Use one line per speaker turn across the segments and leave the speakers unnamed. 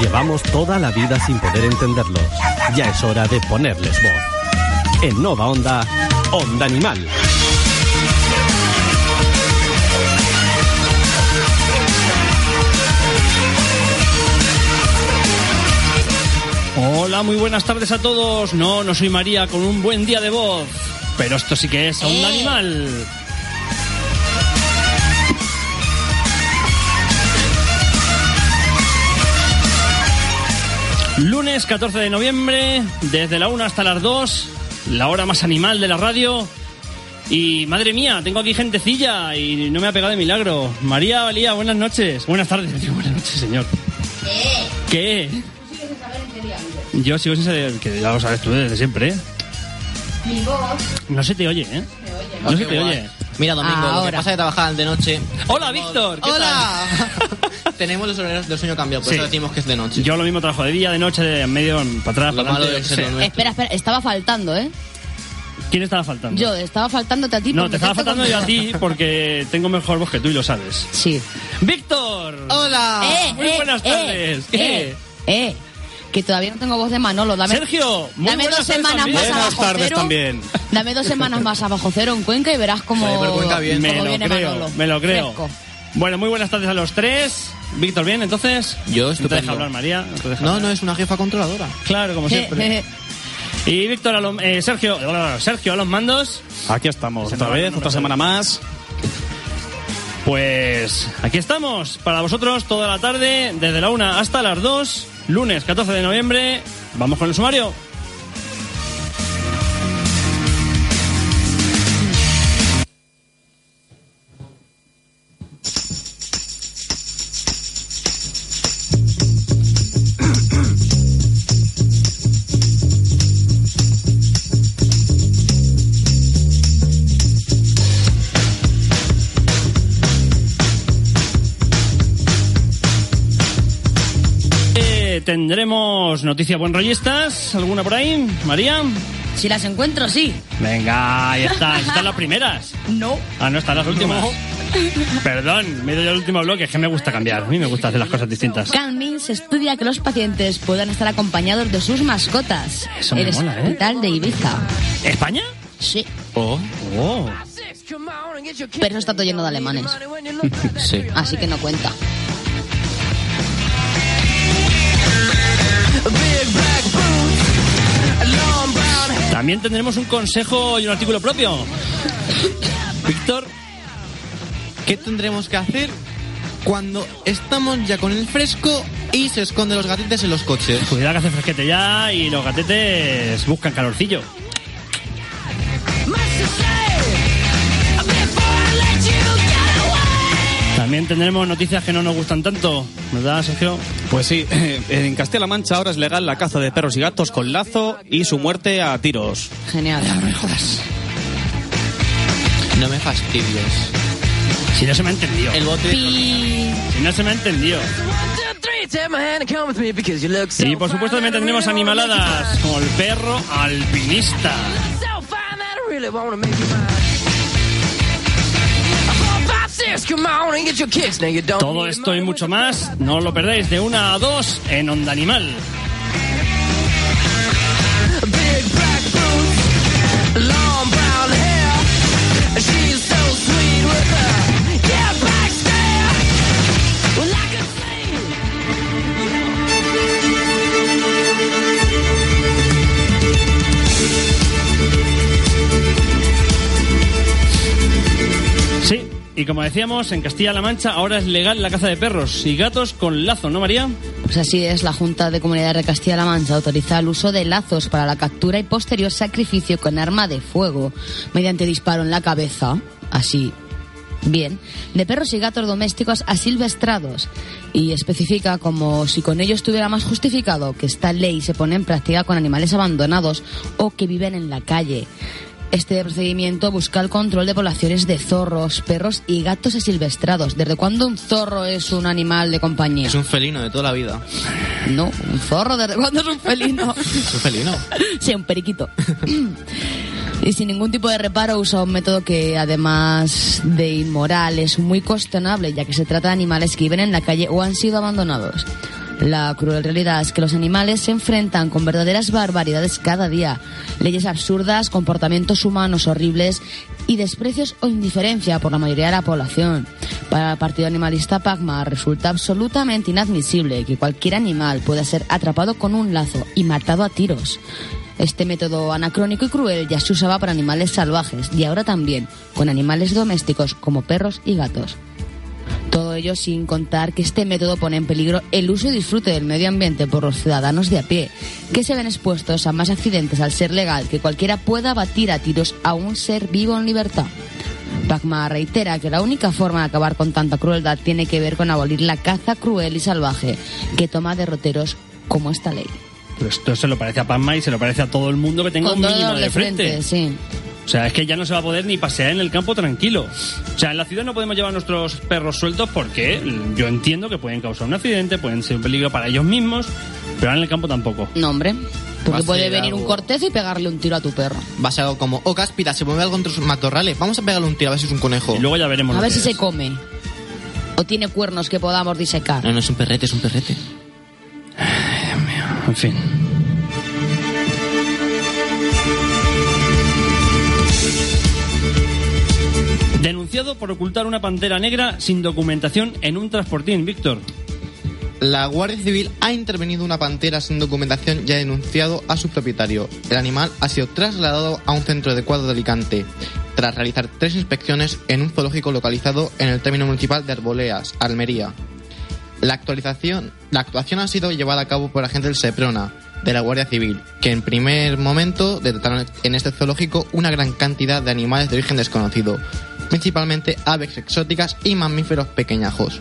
Llevamos toda la vida sin poder entenderlos. Ya es hora de ponerles voz. En Nova Onda, Onda Animal.
Hola, muy buenas tardes a todos. No, no soy María con un buen día de voz. Pero esto sí que es Onda
Eh.
Animal. Lunes 14 de noviembre, desde la 1 hasta las 2, la hora más animal de la radio. Y madre mía, tengo aquí gentecilla y no me ha pegado de milagro. María Valía, buenas noches. Buenas tardes, buenas noches, señor. ¿Qué? Yo sigo sin saber, que ya lo sabes tú desde siempre, ¿eh?
Mi voz.
No se te oye, ¿eh? No se
Ok,
te
Ah, guay.
oye.
Mira, Domingo, lo que
Ahora.
pasa es que trabajaban de noche.
Hola, Víctor. ¿qué
¡Hola! Tenemos los horarios del sueño cambiado, por
Sí.
eso decimos que es de noche.
tal? Yo lo mismo trabajo de día, de noche, de medio, para atrás,
Lo
para
malo
adelante.
de ser
sí.
nuestro.
Espera, espera, estaba faltando, ¿eh?
¿Quién estaba faltando?
Yo, estaba faltándote a ti.
No,
por
te estaba
meterte
faltando yo a
conmigo.
ti porque tengo mejor voz que tú y lo sabes.
Sí.
¡Víctor!
¡Hola!
Eh,
Ah, muy
eh,
buenas
eh,
tardes. ¿Qué?
Eh, eh, que todavía no tengo voz de Manolo. Dame,
Sergio, muy
dame
buenas
dos
tardes
semanas
también.
más
Buenas
abajo cero. Dame dos semanas más abajo cero en Cuenca y verás cómo,
Joder, pero Cuenca bien.
cómo
Me lo
viene
creo,
Manolo.
me lo creo.
Fresco.
Bueno, muy buenas tardes a los tres. Víctor, ¿bien entonces?
Yo,
No te deja
estupendo.
hablar, María. No, te deja
No,
hablar.
no, es una jefa controladora.
Claro, como siempre. Y Víctor, a lo- eh, Sergio, hola, Sergio, a los mandos,
Aquí estamos,
Ese
otra
no,
vez,
no, no,
otra
no,
semana más.
pues aquí estamos, para vosotros toda la tarde, desde la una hasta las 2, lunes 14 de noviembre, vamos con el sumario. Eh, tendremos noticias buenrollistas, alguna por ahí, María.
Si las encuentro, sí.
Venga, ahí está, ahí están las primeras.
No.
Ah, no, están las últimas. Perdón, me he ido yo al último bloque, es que me gusta cambiar, a mí me gusta hacer las cosas distintas.
CanMin se estudia que los pacientes puedan estar acompañados de sus mascotas.
Eso me
El
mola, ¿eh?
hospital de Ibiza.
¿España?
Sí.
Oh.
Pero eso está todo lleno de alemanes.
Sí.
Así que no cuenta.
También tendremos un consejo y un artículo propio. Víctor,
¿Qué tendremos que hacer cuando estamos ya con el fresco y se esconden los gatitos en los coches?
cuidado que hace fresquete ya y los gatetes buscan calorcillo. También tendremos noticias que no nos gustan tanto, ¿verdad, Sergio?
Pues sí, en Castilla-La Mancha ahora es legal la caza de perros y gatos con lazo y su muerte a tiros.
Genial.
No me fastidies.
Si no se me ha entendido.
El bote...
Pi.
Si no se me ha entendido. Y por supuesto también tendremos animaladas, como el perro alpinista. Todo esto y mucho más, no os lo perdáis de una a dos en Onda Animal. Sí, y como decíamos, en Castilla-La Mancha ahora es legal la caza de perros y gatos con lazo, ¿no, María?
Pues así es, la Junta de Comunidad de Castilla-La Mancha autoriza el uso de lazos para la captura y posterior sacrificio con arma de fuego mediante disparo en la cabeza, así bien, de perros y gatos domésticos asilvestrados y especifica como si con ello estuviera más justificado que esta ley se pone en práctica con animales abandonados o que viven en la calle. Este procedimiento busca el control de poblaciones de zorros, perros y gatos asilvestrados. ¿Desde cuándo un zorro es un animal de compañía?
Es un felino de toda la vida.
No, un zorro, ¿desde cuándo es un felino?
Es un felino.
sí, un periquito. y sin ningún tipo de reparo usa un método que además de inmoral es muy cuestionable ya que se trata de animales que viven en la calle o han sido abandonados. La cruel realidad es que los animales se enfrentan con verdaderas barbaridades cada día, leyes absurdas, comportamientos humanos horribles y desprecios o indiferencia por la mayoría de la población. Para el Partido Animalista PACMA resulta absolutamente inadmisible que cualquier animal pueda ser atrapado con un lazo y matado a tiros. Este método anacrónico y cruel ya se usaba para animales salvajes y ahora también con animales domésticos como perros y gatos. Todo ello sin contar que este método pone en peligro el uso y disfrute del medio ambiente por los ciudadanos de a pie, que se ven expuestos a más accidentes al ser legal que cualquiera pueda batir a tiros a un ser vivo en libertad. Pacma reitera que la única forma de acabar con tanta crueldad tiene que ver con abolir la caza cruel y salvaje que toma derroteros como esta ley.
Pero esto se lo parece a Pacma y se lo parece a todo el mundo que tenga
Con
un
todos
mínimo
los
de frente.
sí.
O sea, es que ya no se va a poder ni pasear en el campo tranquilo. O sea, en la ciudad no podemos llevar nuestros perros sueltos porque yo entiendo que pueden causar un accidente, pueden ser un peligro para ellos mismos, pero ahora en el campo tampoco.
No, hombre.
Va a
Porque puede
ser
venir un
algo-
corteza y pegarle un tiro a tu perro.
Va a ser algo como, oh, cáspita, se mueve algo entre sus matorrales. Vamos a pegarle un tiro a ver si es un conejo.
Y luego ya veremos.
A
lo
ver
que
si
es.
se come. O tiene cuernos que podamos disecar.
No, no, es un perrete, es un perrete.
En fin. Denunciado por ocultar una pantera negra sin documentación en un transportín, Víctor.
La Guardia Civil ha intervenido una pantera sin documentación y ha denunciado a su propietario. El animal ha sido trasladado a un centro adecuado de Alicante, tras realizar tres inspecciones en un zoológico localizado en el término municipal de Arboleas, Almería. La, actualización, la actuación ha sido llevada a cabo por agentes del SEPRONA, de la Guardia Civil, que en primer momento detectaron en este zoológico una gran cantidad de animales de origen desconocido, principalmente aves exóticas y mamíferos pequeñajos,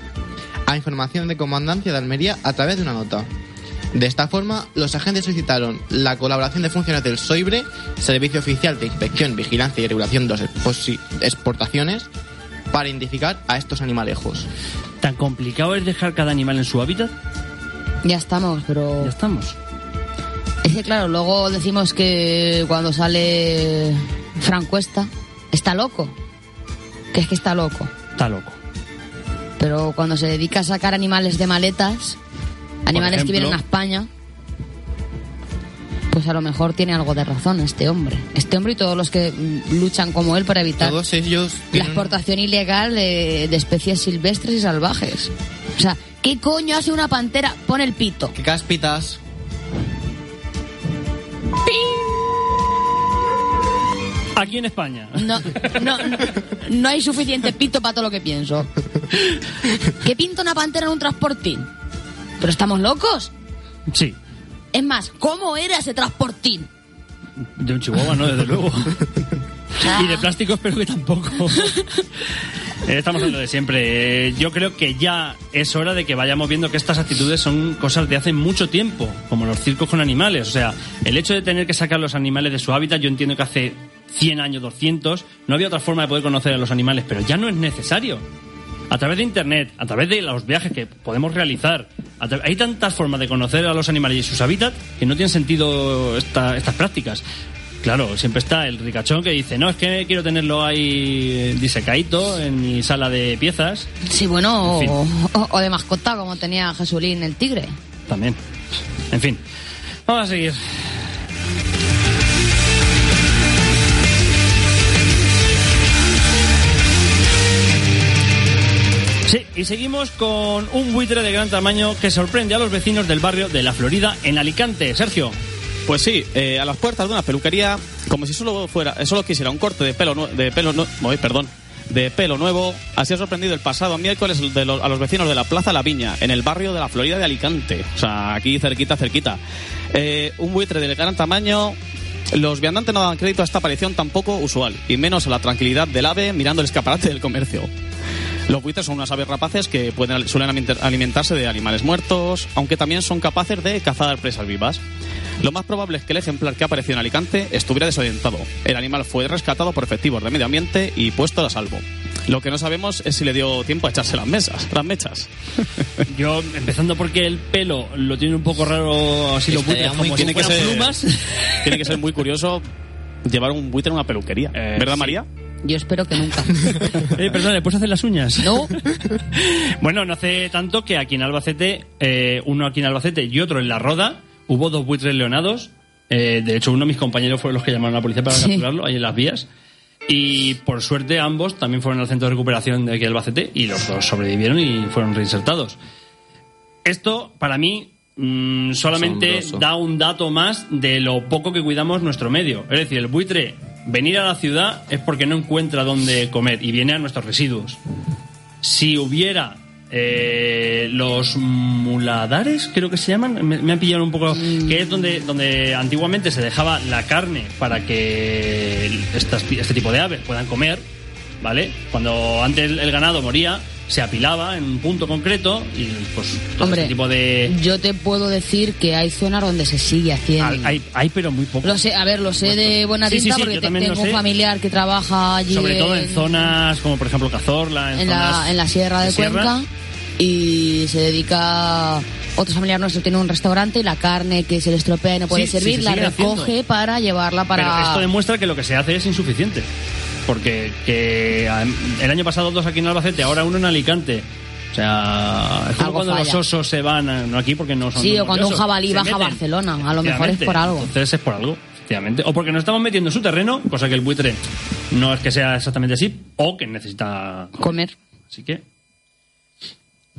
a información de Comandancia de Almería a través de una nota. De esta forma, los agentes solicitaron la colaboración de funcionarios del SOIBRE, Servicio Oficial de Inspección, Vigilancia y Regulación de las Exposi- Exportaciones, para identificar a estos animalejos.
¿Tan complicado es dejar cada animal en su hábitat?
Ya estamos, pero...
Mm. Ya estamos.
Es que claro, luego decimos que cuando sale Francuesta, está loco. Que es que está loco.
Está loco.
Pero cuando se dedica a sacar animales de maletas, animales que
ejemplo.
vienen a España, pues a lo mejor tiene algo de razón este hombre. Este hombre y todos los que mm, luchan como él para evitar
Todos ellos.
la
tienen-
exportación ilegal de, de especies silvestres y salvajes. O sea, ¿qué coño hace una pantera? Pon el pito.
Que cáspitas.
Aquí en España.
No, no, no, no hay suficiente pito para todo lo que pienso. ¿Qué pinta una pantera en un transportín? ¿Pero estamos locos?
Sí.
Es más, ¿cómo era ese transportín?
De un chihuahua, no, desde luego. y de plástico espero que tampoco. Eh, Estamos en lo de siempre. Eh, Yo creo que ya es hora de que vayamos viendo que estas actitudes son cosas de hace mucho tiempo, como los circos con animales. O sea, el hecho de tener que sacar los animales de su hábitat, yo entiendo que hace 100 años, 200, no había otra forma de poder conocer a los animales, pero ya no es necesario. A través de Internet, a través de los viajes que podemos realizar, a tra- hay tantas formas de conocer a los animales y sus hábitats que no tienen sentido esta- estas prácticas. Claro, siempre está el ricachón que dice, no, es que quiero tenerlo ahí eh, disecadito en mi sala de piezas.
Sí, bueno,
En
o, o- o de mascota, como tenía Jesulín el tigre.
También. En fin. Vamos a seguir. Sí, y seguimos con un buitre de gran tamaño que sorprende a los vecinos del barrio de La Florida en Alicante. Sergio.
Pues sí, eh, a eh, las puertas de una peluquería, como si solo fuera, solo quisiera un corte de pelo, nue- de pelo, nue- uy, perdón, de pelo nuevo, así ha sorprendido el pasado miércoles de los- a los vecinos de la Plaza La Viña, en el barrio de la Florida de Alicante. O sea, aquí cerquita, cerquita. Eh, un buitre del gran tamaño. Los viandantes no daban crédito a esta aparición tan poco usual, y menos a la tranquilidad del ave mirando el escaparate del comercio. Los buitres son unas aves rapaces que pueden, suelen aliment- alimentarse de animales muertos, aunque también son capaces de cazar presas vivas. Lo más probable es que el ejemplar que apareció en Alicante estuviera desorientado. El animal fue rescatado por efectivos de medio ambiente y puesto a salvo. Lo que no sabemos es si le dio tiempo a echarse las mesas, las mechas.
Yo, empezando porque el pelo lo tiene un poco raro, así lo
Estaría
buitres, como
muy-
si
Este, tiene que
fueran
ser-
plumas.
Tiene que ser muy curioso llevar un buitre en una peluquería,
Eh,
¿verdad
sí.
María?
Yo espero que nunca.
Eh, perdón, ¿le puedes hacer las uñas?
No.
este Bueno, no hace tanto que aquí en Albacete, eh, uno aquí en Albacete y otro en La Roda, hubo dos buitres leonados. Eh, de hecho, uno de mis compañeros fueron los que llamaron a la policía para
Sí.
capturarlo, ahí en las vías. Y por suerte ambos también fueron al centro de recuperación de aquí de Albacete y los dos sobrevivieron y fueron reinsertados. Esto, para mí, mm, solamente
Asombroso.
da un dato más de lo poco que cuidamos nuestro medio. Es decir, el buitre venir a la ciudad es porque no encuentra dónde comer y viene a nuestros residuos. Si hubiera eh, los muladares, creo que se llaman, me, me han pillado un poco,
Mm.
que es donde, donde antiguamente se dejaba la carne para que el- estas- este tipo de aves puedan comer, ¿vale? Cuando antes el ganado moría, se apilaba en un punto concreto y pues todo
Hombre,
este tipo de...
yo te puedo decir que hay zonas donde se sigue haciendo.
Al- Hay, hay, pero muy poco.
Lo sé, a ver, lo sé de buena
Sí, sí,
tinta
sí,
porque
yo
te-
también lo
tengo un
sé.
familiar que trabaja allí.
Sobre todo en zonas como por ejemplo Cazorla, en,
en la,
zonas
en la Sierra de,
sierra.
Cuenca y se dedica. Otro familiar nuestro tiene un restaurante y la carne que se le estropea y no
Sí,
puede
sí,
servir
se
la
sigue haciendo.
recoge para llevarla para.
Pero esto demuestra que lo que se hace es insuficiente. Porque que a- el año pasado dos aquí en Albacete, ahora uno en Alicante. O sea, es como
Algo
cuando
falla.
los osos se van, a- no aquí porque no son.
Sí, o cuando un
orgullosos,
jabalí
se
baja a
meten.
Barcelona, a lo mejor es
Efectivamente.
por algo.
Entonces es por algo, efectivamente. O porque nos estamos metiendo en su terreno, cosa que el buitre no es que sea exactamente así, o que necesita
comer.
Así que.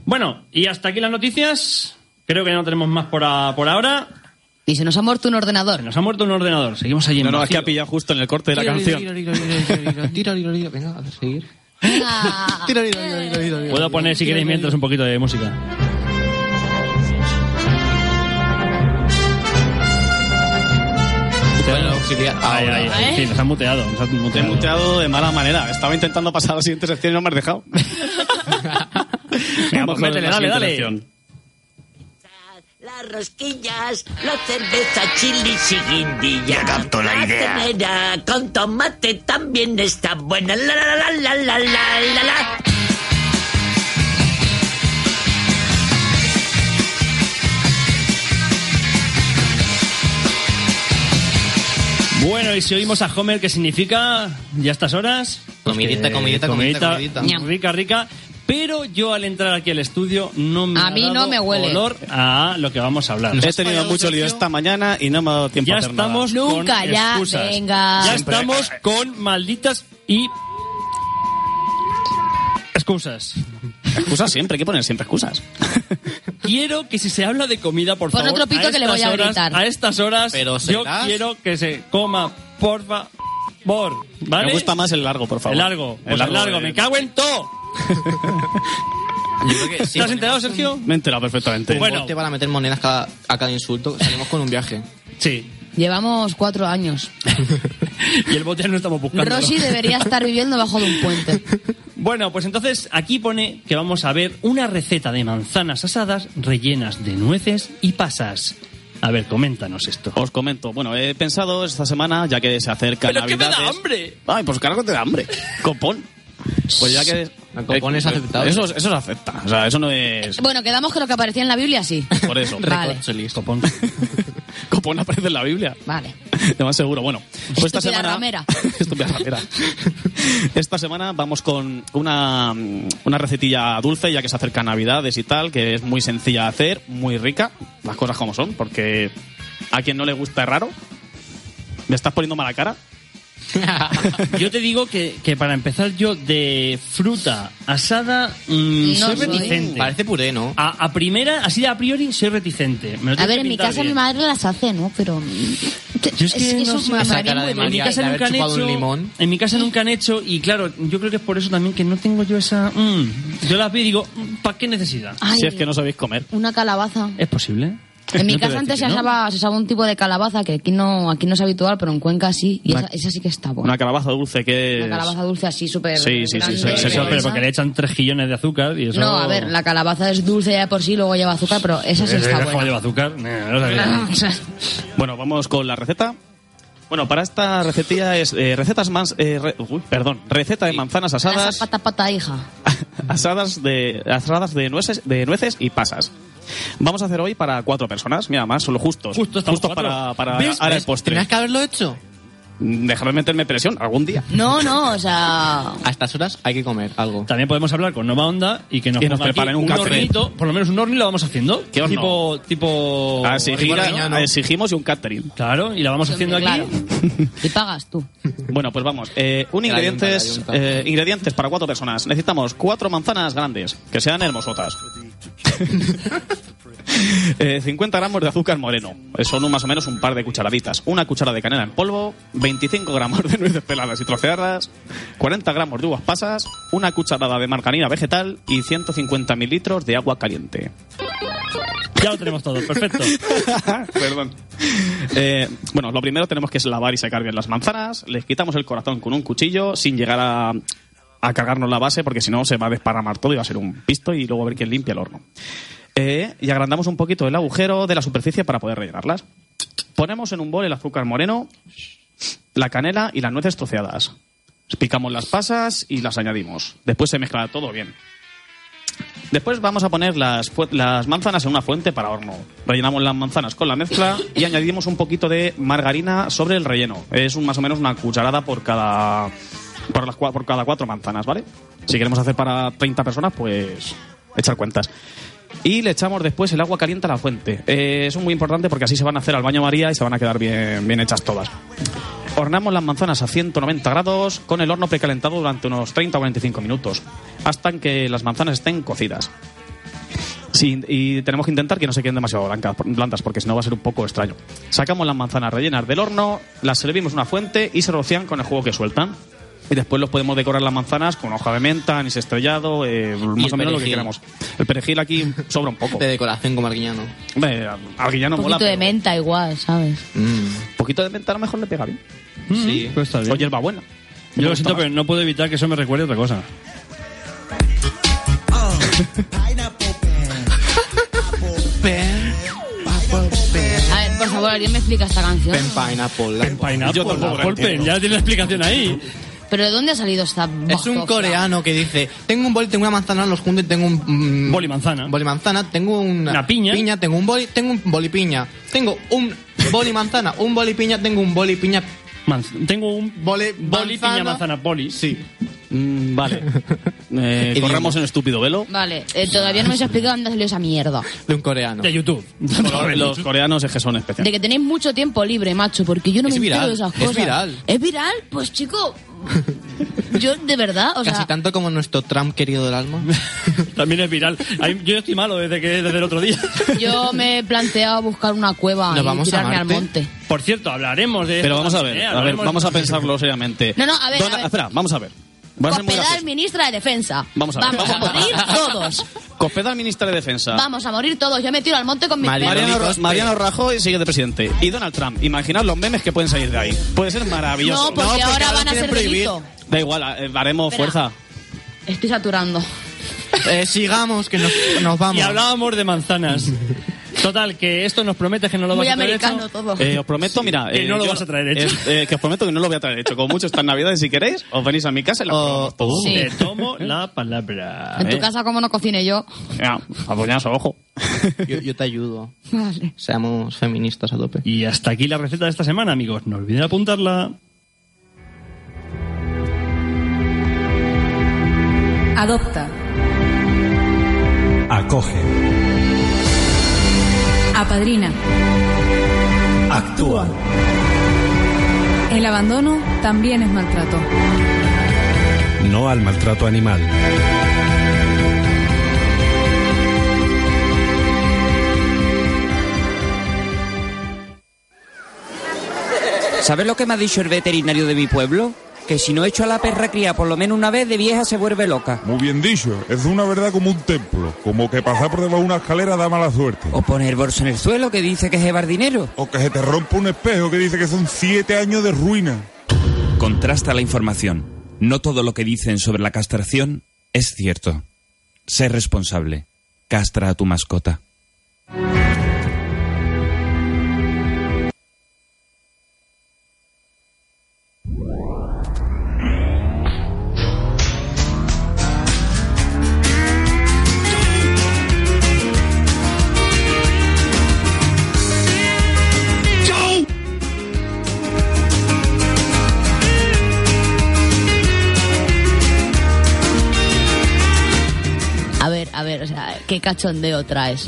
Bueno, y hasta aquí las noticias. Creo que no tenemos más por, a- por ahora.
Y se nos ha muerto un
Se
ordenador.
nos ha muerto un ordenador. Seguimos allí en
No, no, es que
vacío.
ha pillado justo en el corte de la canción.
Venga, a seguir.
Ah,
Puedo poner, si queréis, mientras un poquito de música. Ay, ay, ay. Sí, nos han muteado. Nos han
Te he
muteado.
muteado de mala manera. Estaba intentando pasar a la siguiente sección y no me has dejado.
Venga, pues
Vamos con la
métele, dale,
siguiente
dale.
sección.
Las rosquillas, la cerveza chilis y guindilla.
Ya capto la idea.
tenera con tomate también está buena. La la la la la la la la.
Bueno, y si oímos a Homer, ¿qué significa ya a estas horas? pues
Comidita,
que-
comidita, comidita, comidita.
Ñam.
Rica, rica. Pero yo al entrar aquí al estudio no me
A
ha
mí no
dado
me huele.
olor a lo que vamos a hablar.
He tenido mucho lío esta mañana y no me ha dado tiempo
Ya
a hacer
estamos
nada.
con
Nunca, ya,
excusas.
venga.
Ya
Siempre.
estamos con malditas y excusas.
nada. Excusas siempre, hay que poner siempre excusas.
Quiero que si se habla de comida, por
Pon
favor,
otro pito
a
que le
estas
voy a
horas-
gritar.
a estas horas
Pero
yo
serás-
quiero que se coma, por favor, ¿vale?
Me gusta más el largo, por favor.
El largo, pues el largo,
eh,
me cago en todo. ¿Te has enterado, Sergio?
Me he enterado perfectamente.
Bueno.
Te van a meter monedas cada- a cada insulto. Salimos con un viaje.
Sí.
Llevamos cuatro años.
y el bote no estamos buscando.
Rosy debería estar viviendo bajo de un puente.
Bueno, pues entonces aquí pone que vamos a ver una receta de manzanas asadas rellenas de nueces y pasas. A ver, coméntanos esto.
Oh.
Os comento, bueno, he pensado esta semana, ya que se acerca
Pero es que me
Navidades...
da hambre.
Ay, pues claro que te da hambre. Copón. Pues ya que...
El copón es aceptable.
Eso, eso se acepta. O sea, eso no es...
Bueno, quedamos que lo que aparecía en la Biblia sí.
Por eso.
Vale.
Recorcholis.
Copón.
Copón aparece en la Biblia.
Vale.
Lo más seguro. Bueno, pues esta
Estúpida
semana.
ramera.
Estúpida ramera. Esta semana vamos con una, una recetilla dulce, ya que se acerca Navidades y tal, que es muy sencilla de hacer, muy rica, las cosas como son, porque a quien no le gusta es raro. ¿Me estás poniendo mala cara?
Yo te digo que, que para empezar yo de fruta asada mm,
No
soy
soy.
reticente.
Parece puré, ¿no?
A, a primera, así de a priori, soy reticente. Me lo
A
tienes
ver,
que
en mi
pintar
casa
bien.
mi madre las hace, ¿no? Pero.
Yo es que no
eso
sé.
me-
Esa
para mí
cara
es muy
de
En mi
María
bonito.
casa
de haber
nunca han
chupado un
hecho.
limón.
En mi casa nunca han hecho y claro, yo creo que es por eso también que no tengo yo esa. mm. Yo las vi y digo, ¿para qué necesidad?
Ay,
Si es que no sabéis comer.
Una calabaza.
Es posible.
En mi
No te voy
casa
a
antes se
decir que no.
asaba, se asaba un tipo de calabaza que aquí no, aquí no es habitual, pero en Cuenca sí, y
Una-
esa, esa sí que está buena.
Una calabaza dulce que
Una
es...
calabaza dulce así, súper.
Sí, sí, sí,
grande,
sí, sí, sí,
Eso,
gruesa.
pero porque le echan tres jillones de azúcar y eso.
¿eh? No, a ver, la calabaza es dulce ya de por sí, luego lleva azúcar, pero esa sí
Eh,
está
¿cómo lleva
buena. Ah,
azúcar? Eh, no lo sabía.
Bueno, vamos con la receta. Bueno, para esta recetilla es eh, recetas más, perdón, receta de manzanas
Una
asadas,
zapata pata hija.
asadas de asadas de nueces, de nueces y pasas. Vamos a hacer hoy para cuatro personas, mira más, solo justos,
Justo estamos
justos
cuatro.
para para
¿Ves?
ahora el
¿Ves?
postre.
Tenías que haberlo hecho.
Déjame meterme presión algún día.
No, no, o sea.
A estas horas hay que comer algo.
También podemos hablar con Nova Onda y que nos,
Y nos
ponga aquí
preparen un café.
hornito, por lo menos un horno y lo vamos haciendo.
¿Qué horno?
Tipo,
Ah,
tipo.
A exigir-
Arriba, Oh, ¿no?
a exigimos y un catering.
Claro, y la vamos haciendo aquí.
Claro. Y pagas tú.
Bueno, pues vamos. eh, un
Trae
ingredientes,
un par, trae un
eh, ingredientes para cuatro personas. Necesitamos cuatro manzanas grandes, que sean hermosotas. Eh, 50 gramos de azúcar moreno. Eh, Son un- más o menos un par de cucharaditas. Una cuchara de canela en polvo, 25 gramos de nueces peladas y troceadas, 40 gramos de uvas pasas, una cucharada de margarina vegetal y 150 mililitros de agua caliente.
Ya lo tenemos todo, perfecto.
Perdón. Eh, bueno, lo primero tenemos que es lavar y secar bien las manzanas. Les quitamos el corazón con un cuchillo sin llegar a, a cargarnos la base porque si no se va a desparramar todo y va a ser un pisto y luego a ver quién limpia el horno. Eh, y agrandamos un poquito el agujero de la superficie para poder rellenarlas. Ponemos en un bol el azúcar moreno, la canela y las nueces troceadas. Picamos las pasas y las añadimos. Después se mezcla todo bien. Después vamos a poner las, fu- las manzanas en una fuente para horno. Rellenamos las manzanas con la mezcla y añadimos un poquito de margarina sobre el relleno. Es un- más o menos una cucharada por cada, por, las, cua- por cada cuatro manzanas, ¿vale? Si queremos hacer para 30 personas, pues echar cuentas. Y le echamos después el agua caliente a la fuente. Eh, eso es muy importante porque así se van a hacer al baño María y se van a quedar bien, bien hechas todas. Hornamos las manzanas a 190 grados con el horno precalentado durante unos 30 o 45 minutos, hasta que las manzanas estén cocidas. Sí, y tenemos que intentar que no se queden demasiado blancas, blandas, porque si no va a ser un poco extraño. Sacamos las manzanas rellenas del horno, las servimos en una fuente y se rocian con el jugo que sueltan. Y después los podemos decorar las manzanas con hoja de menta, anís estrellado, eh, más
el
o menos lo que
perejil.
queramos. El perejil aquí sobra un poco.
De decoración como arguiñano.
Hombre, alguien ya no
Un
mola.
poquito de
pero
menta igual, ¿sabes?
Mm.
poquito de menta a lo mejor le pega bien.
Sí, pues está bien.
O hierbabuena.
Yo lo
Me gusta
siento,
más.
pero no puedo evitar que eso me recuerde a otra cosa.
A ver, por favor, alguien me explica esta canción.
Pen pineapple.
Pineapple,
Yo tampoco lo
Apple Pen,
entiendo.
ya tiene la explicación ahí.
¿Pero de dónde ha salido esta
Es un
bazofia?
coreano que dice, tengo un boli, tengo una manzana, los junto y tengo un... mm,
Boli manzana.
Boli manzana, tengo una,
Una piña.
tengo un boli, tengo un boli piña. Tengo un boli manzana, un boli piña, tengo un boli piña.
Manz- tengo un
Boli-
boli
manzana.
piña manzana poli.
Sí.
Mm, vale. Eh,
Y
corremos
digo-
en estúpido velo.
Vale, eh, todavía no me has explicado dónde ha salido esa mierda.
De un coreano.
De YouTube.
Los coreanos es que son
De
especiales.
que tenéis mucho tiempo libre, macho, porque yo no
Es
me entero
viral,
de esas
es
cosas.
viral.
¿Es viral? Pues chico, yo de verdad, o
Casi
sea,
tanto como nuestro Trump querido del alma.
También es viral. Ahí- yo estoy malo desde, que, desde el otro día.
yo me he planteado buscar una cueva
¿Nos
y
vamos a
tirarme al
Marte?
monte.
Por cierto, hablaremos de.
Pero
esto
vamos a
también,
ver,
¿eh?
a ver,
Hablaremos-
vamos a pensarlo seriamente.
No, no, a ver, a ver.
Espera, vamos a ver. Va a ser muy
Cospedal,
gracioso.
ministra de Defensa.
Vamos a ver, vamos a
morir
ver.
todos.
Cospedal, ministra de Defensa.
Vamos a morir todos. Yo me tiro al monte con mi
Ah. Mariano
perro.
Mariano, Ra-
Cospe.
Mariano Rajoy sigue de presidente. Y Donald Trump. Imaginad los memes que pueden salir de ahí. Puede ser maravilloso.
No, porque
porque
ahora
ahora
van a
quieren
ser
prohibir.
delito.
Da igual, eh, haremos
Espera.
fuerza.
Estoy saturando.
Eh, sigamos, que nos, nos vamos.
Y hablábamos de manzanas. Total, que esto nos promete que no lo
Muy
vas a traer
americano
hecho.
todo.
Eh, os prometo, mira.
que
eh,
no lo
yo-
vas a traer hecho.
es- eh, que os prometo que no lo voy a traer hecho. Como mucho estas navidades, si queréis, os venís a mi casa y lo
Oh,
probamos.
Sí.
Te tomo la palabra.
En tu
eh.
casa, como no cocine yo.
Ya, apoyaos, ojo.
yo, yo te ayudo.
Vale.
Seamos feministas a tope.
Y hasta aquí la receta de esta semana, amigos. No olviden apuntarla.
Adopta.
Acoge.
Apadrina.
Actúa.
El abandono también es maltrato.
No al maltrato animal.
¿Sabes lo que me ha dicho el veterinario de mi pueblo? Que si no echo a la perra cría por lo menos una vez, de vieja se vuelve loca.
Muy bien dicho, es una verdad como un templo, como que pasar por debajo de una escalera da mala suerte.
O poner bolso en el suelo que dice que es llevar dinero.
O que se te rompa un espejo que dice que son siete años de ruina.
Contrasta la información. No todo lo que dicen sobre la castración es cierto. Sé responsable. Castra a tu mascota.
A ver, a ver, o sea, ¿qué cachondeo traes?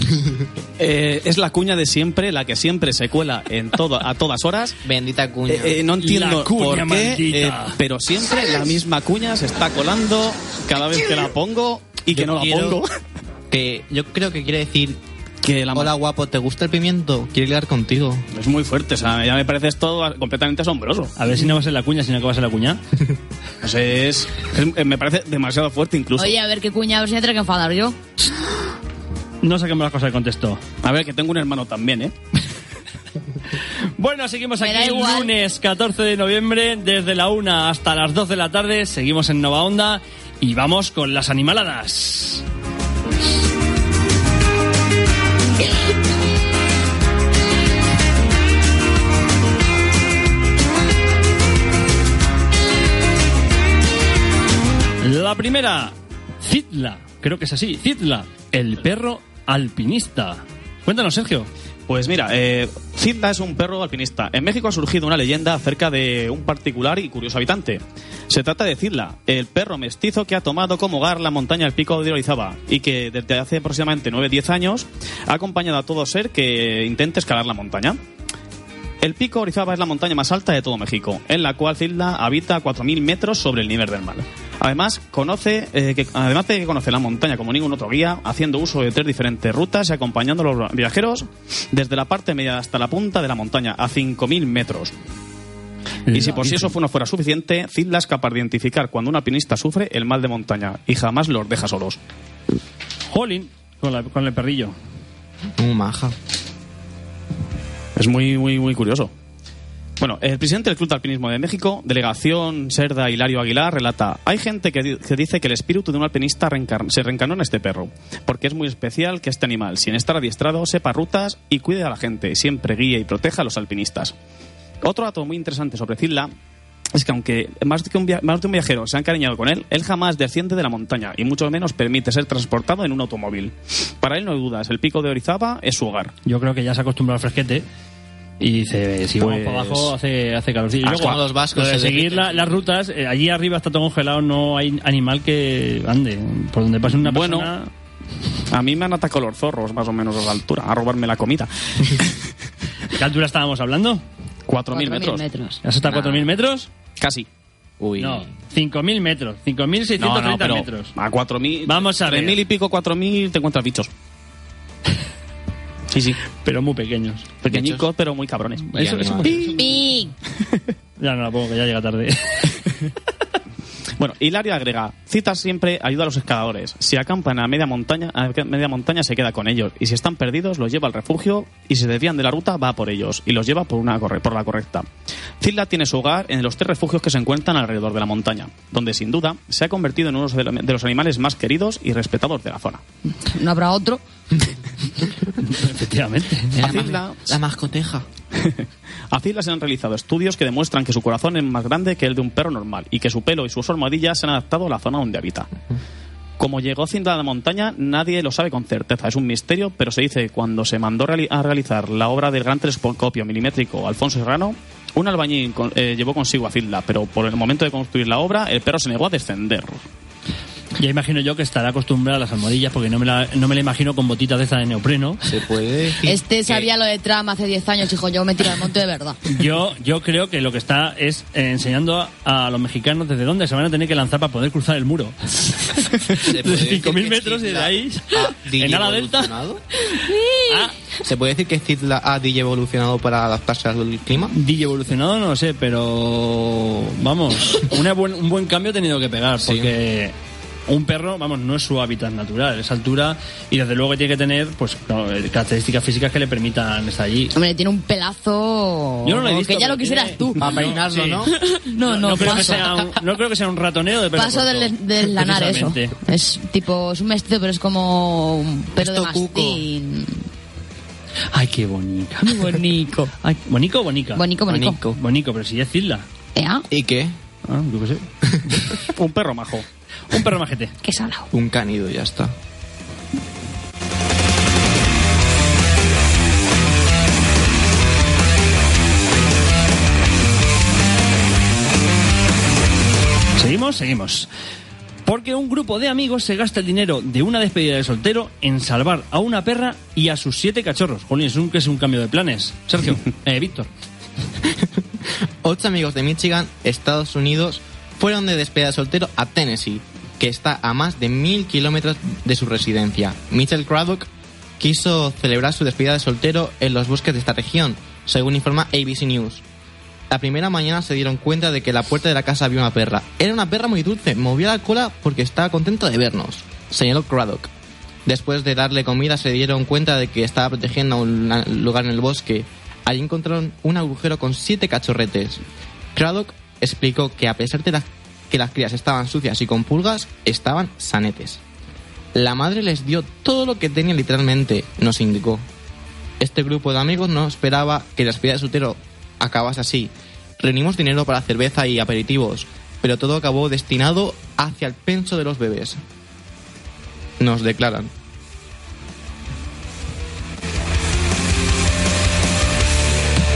Eh, es la cuña de siempre, la que siempre se cuela en todo, a todas horas.
Bendita cuña.
Eh, eh, no entiendo
La cuña
por qué,
maldita.
eh, pero siempre la misma cuña se está colando cada vez que la pongo y que
Yo
no la
quiero-
pongo.
Que yo creo que quiere decir,
Que la
hola guapo, ¿te gusta el pimiento? Quiero ligar contigo.
es muy fuerte, o sea, ya me parece esto completamente asombroso.
A ver si no va a ser la cuña, sino que va a ser la cuña.
O sea, es, es- me parece demasiado fuerte incluso.
Oye, a ver, ¿qué cuñado se tendré que enfadar yo?
No saquemos las cosas del contexto.
A ver, que tengo un hermano también, ¿eh?
Bueno, seguimos
Me da
aquí el
igual.
lunes 14 de noviembre, desde la 1 hasta las 2 de la tarde. Seguimos en Nova Onda y vamos con las animaladas. La primera, Zitla, creo que es así, Zitla, el perro alpinista. Cuéntanos, Sergio.
Pues mira, eh, Zitla es un perro alpinista. En México ha surgido una leyenda acerca de un particular y curioso habitante. Se trata de Zitla, el perro mestizo que ha tomado como hogar la montaña del pico de Orizaba y que desde hace aproximadamente 9-10 años ha acompañado a todo ser que intente escalar la montaña. El pico Orizaba es la montaña más alta de todo México, en la cual Zilda habita a 4.000 metros sobre el nivel del mar. Además, conoce, eh, que, además de que conoce la montaña como ningún otro guía, haciendo uso de tres diferentes rutas y acompañando a los viajeros desde la parte media hasta la punta de la montaña, a 5.000 metros. Y si por si eso fu- no fuera suficiente, Zilda es capaz de identificar cuando un alpinista sufre el mal de montaña y jamás los deja solos.
Jolín, con, la- con el perrillo.
Muy maja.
Es muy, muy, muy curioso. Bueno, el presidente del Club de Alpinismo de México, delegación Serda Hilario Aguilar, relata: Hay gente que, di- que dice que el espíritu de un alpinista reencar- se reencarnó en este perro, porque es muy especial que este animal, sin estar adiestrado, sepa rutas y cuide a la gente, siempre guíe y proteja a los alpinistas. Otro dato muy interesante sobre Zilla es que aunque más, de que un via- más de un viajero se ha encariñado con él, él jamás desciende de la montaña y mucho menos permite ser transportado en un automóvil. Para él no hay dudas, el pico de Orizaba es su hogar.
Yo creo que ya se ha acostumbrado al fresquete. Y dice, "Eh, si vamos
Pues-
para abajo hace, hace calor. Sí, Y
Ah,
luego,
como los vascos
lo de
se
seguir
derriten.
la- las rutas, eh, allí arriba está todo congelado, no hay animal que ande. Por donde pase una
Bueno.
persona...
A mí me han atacado los zorros, más o menos a la altura, a robarme la comida.
¿Qué altura estábamos hablando?
4.000 metros.
metros.
¿Has estado a 4.000 metros?
Casi.
Uy.
No, 5.000 metros. 5.630
pero
metros.
a 4.000...
Vamos a ver.
3.000 y pico, 4.000, te encuentras bichos. Sí, sí.
Pero muy pequeños.
Pequeñicos, pero muy cabrones.
Y
Eso- eso-
animales.
¡Ping!
Ya no la pongo, que ya llega tarde.
Bueno, Hilario agrega, Cita siempre ayuda a los escaladores. Si acampan a media montaña, a media montaña se queda con ellos. Y si están perdidos, los lleva al refugio y si se desvían de la ruta, va por ellos y los lleva por, una corre- por la correcta. Cita tiene su hogar en los tres refugios que se encuentran alrededor de la montaña, donde sin duda se ha convertido en uno de la- de los animales más queridos y respetados de la zona.
¿No habrá otro?
Efectivamente.
La,
Haced
mas-
la-
la mascoteja.
A Zila se han realizado estudios que demuestran que su corazón es más grande que el de un perro normal y que su pelo y sus almohadillas se han adaptado a la zona donde habita. Como llegó Zilda a la montaña, nadie lo sabe con certeza. Es un misterio, pero se dice que cuando se mandó reali- a realizar la obra del gran telescopio milimétrico Alfonso Serrano, un albañil con- eh, llevó consigo a Zilda, pero por el momento de construir la obra, el perro se negó a descender.
Ya imagino yo que estará acostumbrada a las almohadillas porque no me la, no me la imagino con botitas de esta de neopreno.
Se puede. decir
Este
que
sabía lo de Trump hace 10 años, hijo. Yo me tiro al monte de verdad.
Yo, yo creo que lo que está es eh, enseñando a, a los mexicanos desde dónde se van a tener que lanzar para poder cruzar el muro. De
¿Se puede decir
5.000
que
metros y de
Hitler
ahí.
ha
En ala delta.
digievolucionado? ¿Se puede decir que Hitler ha digievolucionado para adaptarse al clima?
Digievolucionado no lo sé, pero vamos, una buen- un buen cambio ha tenido que pegar porque un perro, vamos, no es su hábitat natural, es altura y desde luego que tiene que tener pues no, eh, características físicas que le permitan estar allí.
Hombre, tiene un pelazo.
Yo no lo he
como
visto,
Que ya
pero
lo quisieras
tiene-
tú.
Para peinarlo, ¿no?
No, no,
creo que
paso.
sea un, no creo que sea un ratoneo de pelo
Paso
corto.
del, del lanar eso.
Precisamente.
Es tipo, es un vestido, pero es como un pelo de
Esto cuco.
mastín.
Ay, qué bonita.
Bonico.
Ay, ¿Bonico o bonica?
Bonico, bonico.
Bonico, pero si es Cilda.
¿Ea?
¿Y qué?
Ah, yo qué sé. un perro majo. Un perro majete.
Qué salado.
Un cánido, ya está.
Seguimos, seguimos. Porque un grupo de amigos se gasta el dinero de una despedida de soltero en salvar a una perra y a sus siete cachorros. Jolín, es un, que es un cambio de planes. Sergio, eh, Víctor.
Ocho amigos de Michigan, Estados Unidos, fueron de despedida de soltero a Tennessee, que está a más de mil kilómetros de su residencia. Mitchell Craddock quiso celebrar su despedida de soltero en los bosques de esta región, según informa ABC News. La primera mañana se dieron cuenta de que en la puerta de la casa había una perra. Era una perra muy dulce, movía la cola porque estaba contenta de vernos, señaló Craddock. Después de darle comida se dieron cuenta de que estaba protegiendo un la- lugar en el bosque. Allí encontraron un agujero con siete cachorretes. Craddock explicó que a pesar de la- que las crías estaban sucias y con pulgas, estaban sanetes. La madre les dio todo lo que tenía literalmente, nos indicó. Este grupo de amigos no esperaba que la despedida de soltero acabase así. Reunimos dinero para cerveza y aperitivos, pero todo acabó destinado hacia el penso de los bebés. Nos declaran.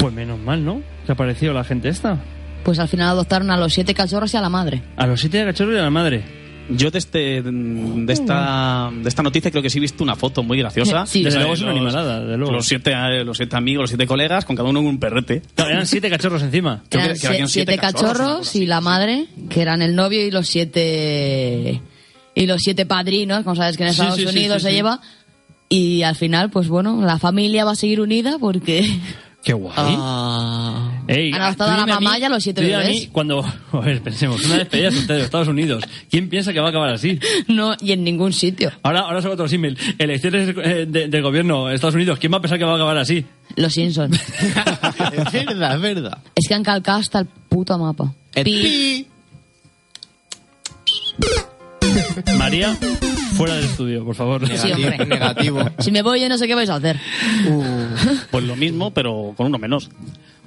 Pues menos mal, ¿no? Que ha aparecido la gente esta.
Pues al final adoptaron a los siete cachorros y a la madre.
A los siete cachorros y a la madre.
Yo de, este, de, esta, de esta noticia creo que sí he visto una foto muy graciosa.
Sí. Desde luego es una
Los-
animalada, desde luego.
Los siete, eh, los siete amigos, los siete colegas, con cada uno un perrete.
Claro, eran siete cachorros encima.
Creo que-
Eran
que habían
sie- siete, cachorros, y la madre, que eran el novio y los siete y los siete padrinos, como sabes que en
Sí,
Estados
sí, sí,
Unidos
sí,
se
sí.
lleva. Y al final, pues bueno, la familia va a seguir unida porque
Qué guay. Ey, ah,
Han adoptado
tú
a Ah. la
dime mí-
mamá y a los siete
tú dime a
bebés.
mí cuando, a ver, pensemos, una despedida de soltero de Estados Unidos. ¿Quién piensa que va a acabar así?
no y en ningún sitio.
Ahora, ahora sobre otro símil. Elecciones eh, de- del gobierno de Estados Unidos. ¿Quién va a pensar que va a acabar así?
Los Simpson.
es verdad, es verdad.
Es que han calcado hasta el puto mapa.
El
Pi.
pi.
María, fuera del estudio, por favor.
Sí, hombre.
Negativo.
Si me voy yo no sé qué vais a hacer.
Pues lo mismo, pero con uno menos.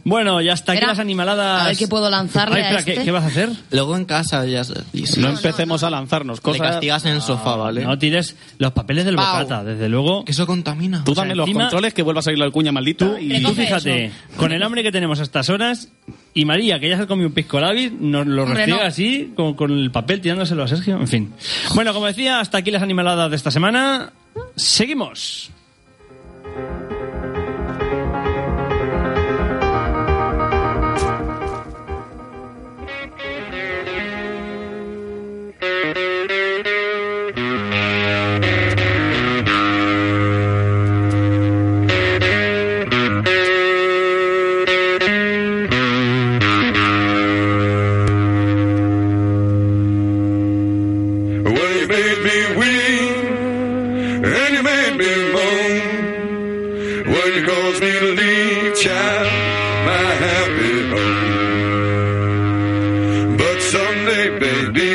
Bueno, ya hasta aquí
Espera,
las animaladas.
A ver qué puedo lanzarle
Ay, espera,
a este.
¿qué, qué vas a hacer?
Luego en casa ya. se- y si
No, empecemos a lanzarnos
Le
cosas.
castigas en el sofá, ¿vale?
No tires los papeles del
Pau.
bocata, desde luego.
¿Eh? Que eso contamina.
Tú
sea,
dame los
encima-
controles que vuelva a salir la cuña maldita. y...
Tú
Recoge
fíjate,
eso.
con el hambre que tenemos a estas horas, y María, que ya se ha comido un pisco labis, nos lo
Hombre,
restriega
no.
así, con, con el papel tirándoselo a Sergio, en fin. Bueno, como decía, hasta aquí las animaladas de esta semana. Seguimos.
Well, you made me weak, and you made me moan. Well, you caused me to leave, child, my happy home. But someday, baby,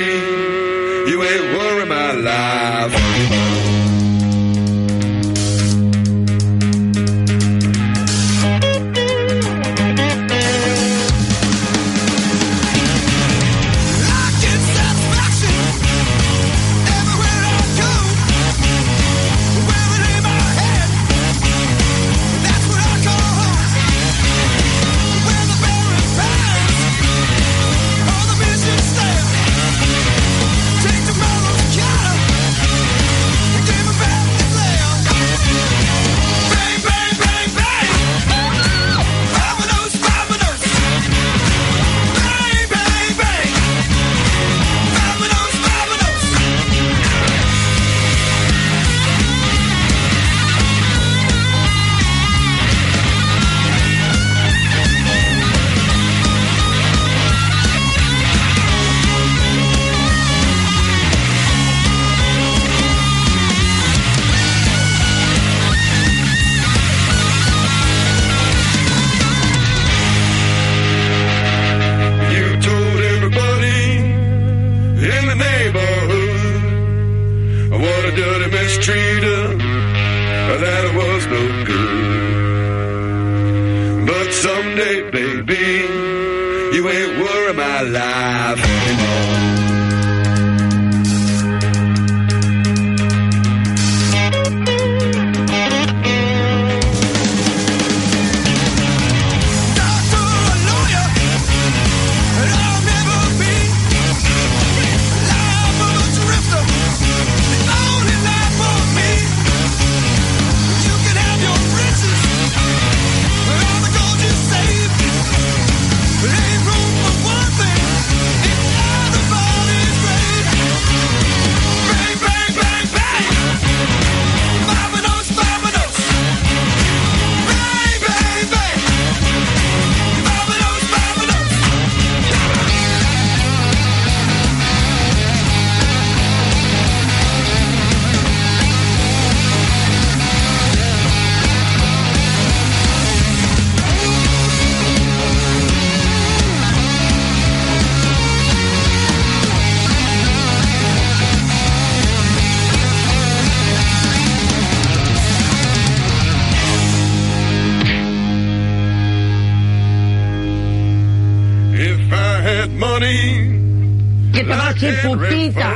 you ain't worry my life.
Take tomorrow's cat
dirty neighborhood. What a dirty mistreater. That was no good. But someday, baby, you ain't worry my life anymore.
¡Que trabaje, putita!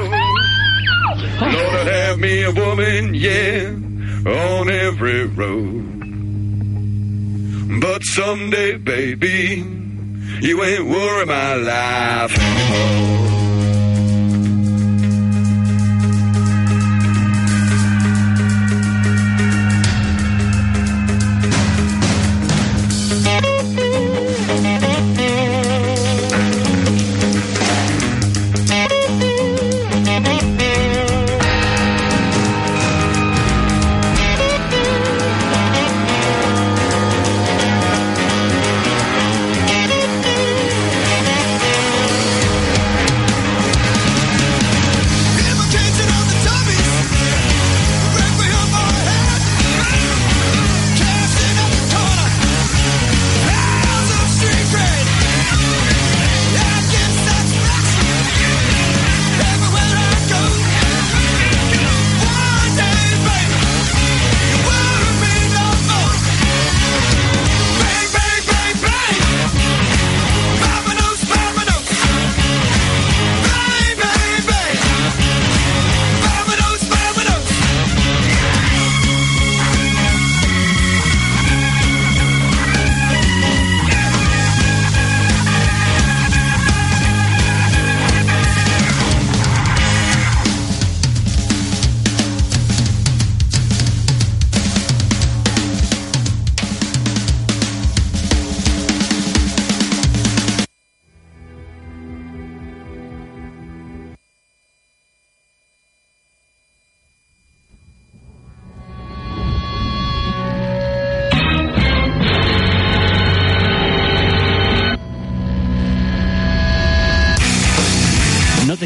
Lord, have me a woman, yeah, on every road. But someday, baby, you ain't worry my life anymore.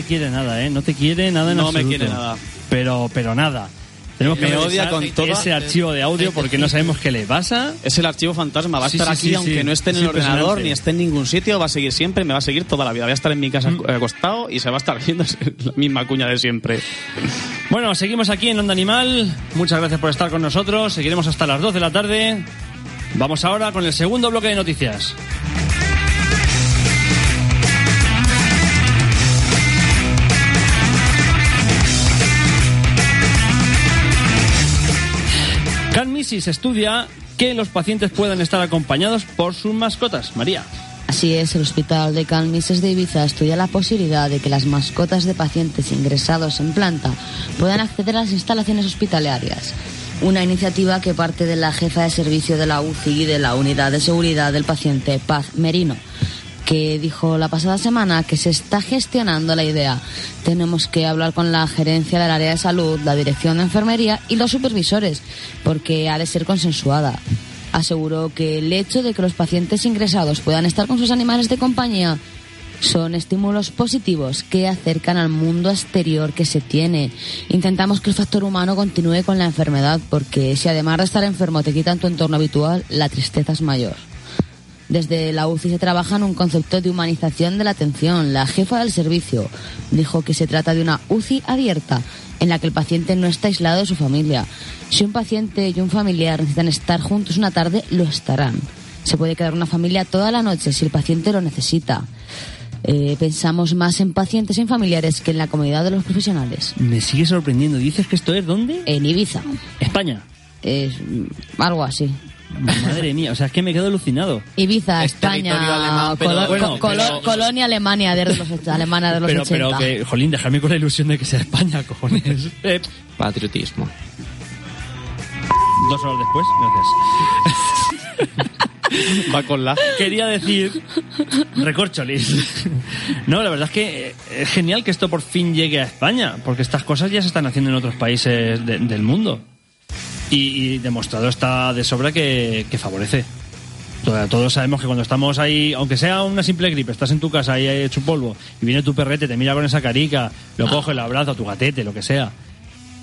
quiere nada, ¿eh? No te quiere nada en
No me
absoluto.
quiere nada.
Pero, pero nada. Tenemos que
Me odia
revisar
con toda-
ese archivo de audio porque no sabemos qué le pasa.
Es el archivo fantasma, va a
Sí,
estar
sí,
aquí
sí,
aunque
sí.
no esté en
Es
el ordenador
impresionante.
ni esté en ningún sitio, va a seguir siempre, me va a seguir toda la vida. Voy a estar en mi casa
Mm.
eh, acostado y se va a estar viendo la misma cuña de siempre.
Bueno, seguimos aquí en Onda Animal. Muchas gracias por estar con nosotros. Seguiremos hasta las 2 de la tarde. Vamos ahora con el segundo bloque de noticias. CanMisis estudia que los pacientes puedan estar acompañados por sus mascotas. María.
Así es, el Hospital de Calmises de Ibiza estudia la posibilidad de que las mascotas de pacientes ingresados en planta puedan acceder a las instalaciones hospitalarias. Una iniciativa que parte de la jefa de servicio de la UCI y de la Unidad de Seguridad del Paciente, Paz Merino, que dijo la pasada semana que se está gestionando la idea. Tenemos que hablar con la gerencia del área de salud, la dirección de enfermería y los supervisores, porque ha de ser consensuada. Aseguró que el hecho de que los pacientes ingresados puedan estar con sus animales de compañía son estímulos positivos que acercan al mundo exterior que se tiene. Intentamos que el factor humano continúe con la enfermedad, porque si además de estar enfermo te quitan tu entorno habitual, la tristeza es mayor. Desde la UCI se trabaja en un concepto de humanización de la atención. La jefa del servicio dijo que se trata de una UCI abierta en la que el paciente no está aislado de su familia. Si un paciente y un familiar necesitan estar juntos una tarde, lo estarán. Se puede quedar una familia toda la noche si el paciente lo necesita. Eh, pensamos más en pacientes y en familiares que en la comodidad de los profesionales.
Me sigue sorprendiendo. ¿Dices que esto es dónde?
En Ibiza.
España.
Es algo así.
Madre mía, o sea, es que me quedo alucinado.
Ibiza, España, alemán, pero, colo-
bueno,
co- colo-
pero-
colonia alemania de los, och- alemana de los
Pero, pero
80.
que, jolín, dejarme con la ilusión de que sea España, cojones. Eh,
Patriotismo.
Dos horas después, gracias. Va con la. Quería decir. Recorcholis. No, la verdad es que eh, es genial que esto por fin llegue a España, porque estas cosas ya se están haciendo en otros países de- del mundo. Y, y demostrado está de sobra que, que favorece. Toda- Todos sabemos que cuando estamos ahí, aunque sea una simple gripe, estás en tu casa ahí hecho un polvo y viene tu perrete, te mira con esa carica, lo coge, lo abraza, tu gatete, lo que sea.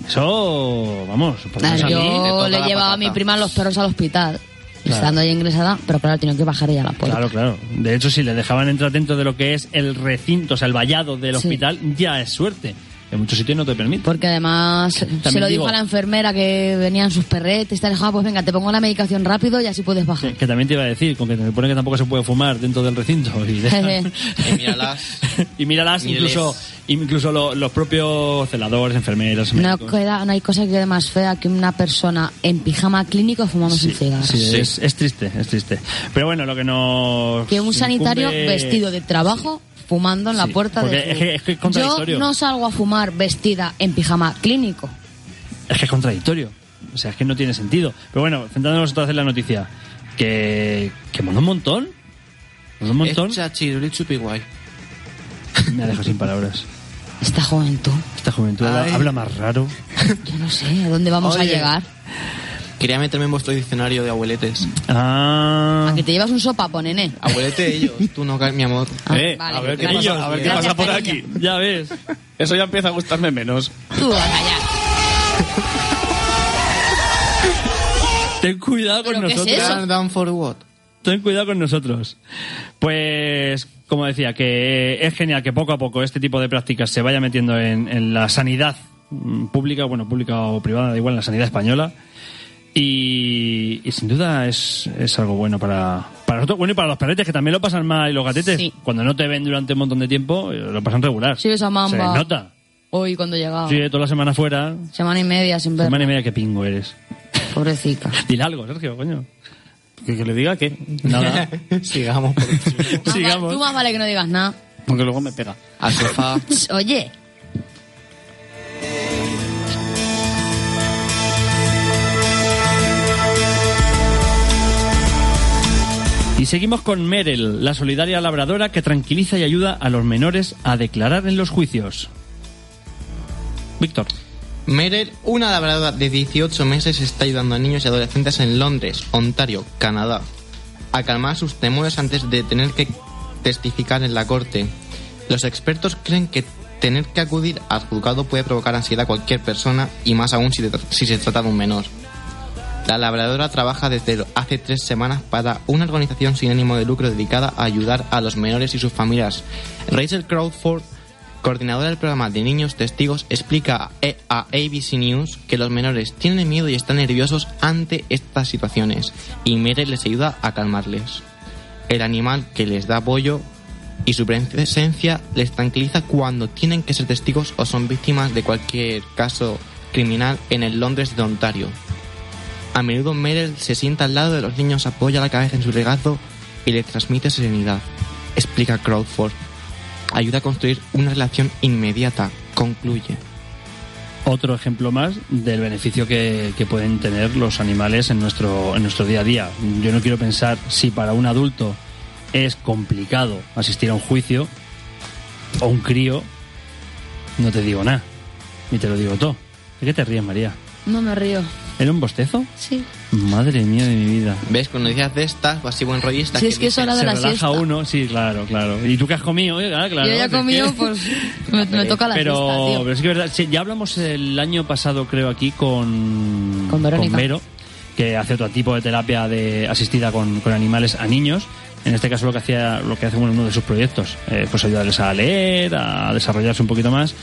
Eso, vamos, por lo
Ah,
menos pues a mí, me
yo
toca
le
la
llevaba a
patata.
mi prima los perros al hospital,
Claro.
estando ya ingresada, pero claro, tenía que bajar ella a la puerta.
Claro, claro. De hecho, si le dejaban entrar dentro de lo que es el recinto, o sea, el vallado del hospital, ya es suerte. En muchos sitios no te permite.
Porque además se lo
digo-
dijo a la enfermera que venían sus perretes, tal, "Ah, pues venga, te pongo la medicación rápido y así puedes bajar.
Que también te iba a decir, con que te pone que tampoco se puede fumar dentro del recinto. Y, dejan-
Y míralas.
y míralas,
Míreles.
incluso, incluso lo- los propios celadores, enfermeras.
No,
médicos.
queda- no hay cosa que quede más fea que una persona en pijama clínico fumando un cigarro.
Sí, Es, es triste, es triste. Pero bueno, lo que nos.
Que un sanitario
incumbe-
vestido de trabajo fumando en la
Sí,
puerta
porque
de su-
es que- es que es contradictorio.
Yo no salgo a fumar vestida en pijama clínico.
Es que es contradictorio. O sea, es que no tiene sentido. Pero bueno, centrándonos otra vez en la noticia. Que, que mola un montón. Mola un montón. Me ha dejado sin palabras.
Esta juventud,
Esta juventud
Ay.
habla, habla más raro.
yo no sé a dónde vamos a
Oye.
llegar.
Quería meterme en vuestro diccionario de abueletes.
Ah. Eh,
A que te llevas un sopapo, nene. Ah,
Abuelete ellos, tú no caes, mi amor.
Eh,
vale,
a ver qué
cariño,
pasa, a ver qué
gracias,
pasa por
cariño.
aquí.
Ya ves.
Eso ya empieza a gustarme menos.
Tú, a callar.
Ten cuidado con
¿Pero qué es
nosotros.
eso?
Down, down for what?
Ten cuidado con nosotros. Pues, como decía, que es genial que poco a poco este tipo de prácticas se vaya metiendo en, en la sanidad mm, pública, bueno, pública o privada, da igual, en la sanidad española. Y, y sin duda es, es algo bueno para, para nosotros, bueno, y para los perretes que también lo pasan mal y los gatetes,
Sí.
cuando no te ven durante un montón de tiempo, eh, lo pasan regular.
Sí, esa mamba. Ah.
Se les nota.
Hoy cuando llegaba.
Sí, toda la semana fuera,
Semana y media sin ver.
semana y media que pingo eres.
Pobrecita.
Dile algo, Sergio, coño.
Que, que le diga que.
Nada.
Sigamos por
Más va-
Sigamos.
Tú más vale que no digas nada.
Porque luego me pega.
Al sofá.
Ch, Oye.
Y seguimos con Merel, la solidaria labradora que tranquiliza y ayuda a los menores a declarar en los juicios. Víctor.
Merer, una labradora de 18 meses, está ayudando a niños y adolescentes en Londres, Ontario, Canadá, a calmar sus temores antes de tener que testificar en la corte. Los expertos creen que tener que acudir al juzgado puede provocar ansiedad a cualquier persona y más aún si, te- si se trata de un menor. La labradora trabaja desde hace tres semanas para una organización sin ánimo de lucro dedicada a ayudar a los menores y sus familias. Rachel Crawford, coordinadora del programa de niños testigos, explica a E- a ABC News que los menores tienen miedo y están nerviosos ante estas situaciones y Mere les ayuda a calmarles. El animal que les da apoyo y su presencia les tranquiliza cuando tienen que ser testigos o son víctimas de cualquier caso criminal en el Londres de Ontario. A menudo Meryl se sienta al lado de los niños, apoya la cabeza en su regazo y les transmite serenidad, explica Crawford. Ayuda a construir una relación inmediata, concluye.
Otro ejemplo más del beneficio que, que pueden tener los animales en nuestro, en nuestro día a día. Yo no quiero pensar si para un adulto es complicado asistir a un juicio o un crío, no te digo nada, ni te lo digo todo. ¿De qué te ríes, María?
No me río.
¿Era un bostezo?
Sí.
Madre mía de mi vida.
¿Ves? Cuando decías de estas, o así buen rollista.
Si es que es
dices,
hora de
Se
la
relaja
siesta.
uno, sí, claro, claro. ¿Y tú qué has comido? Eh? Ah, claro,
Yo ya he
es que-
comido, pues me, me toca la
pero,
siesta, tío.
pero sí que es verdad, sí, ya hablamos el año pasado, creo, aquí con,
Con Verónica.
Vero, que hace otro tipo de terapia de asistida con, con animales a niños. en este caso lo que hacía lo que hace uno de sus proyectos eh, pues ayudarles a leer a desarrollarse un poquito más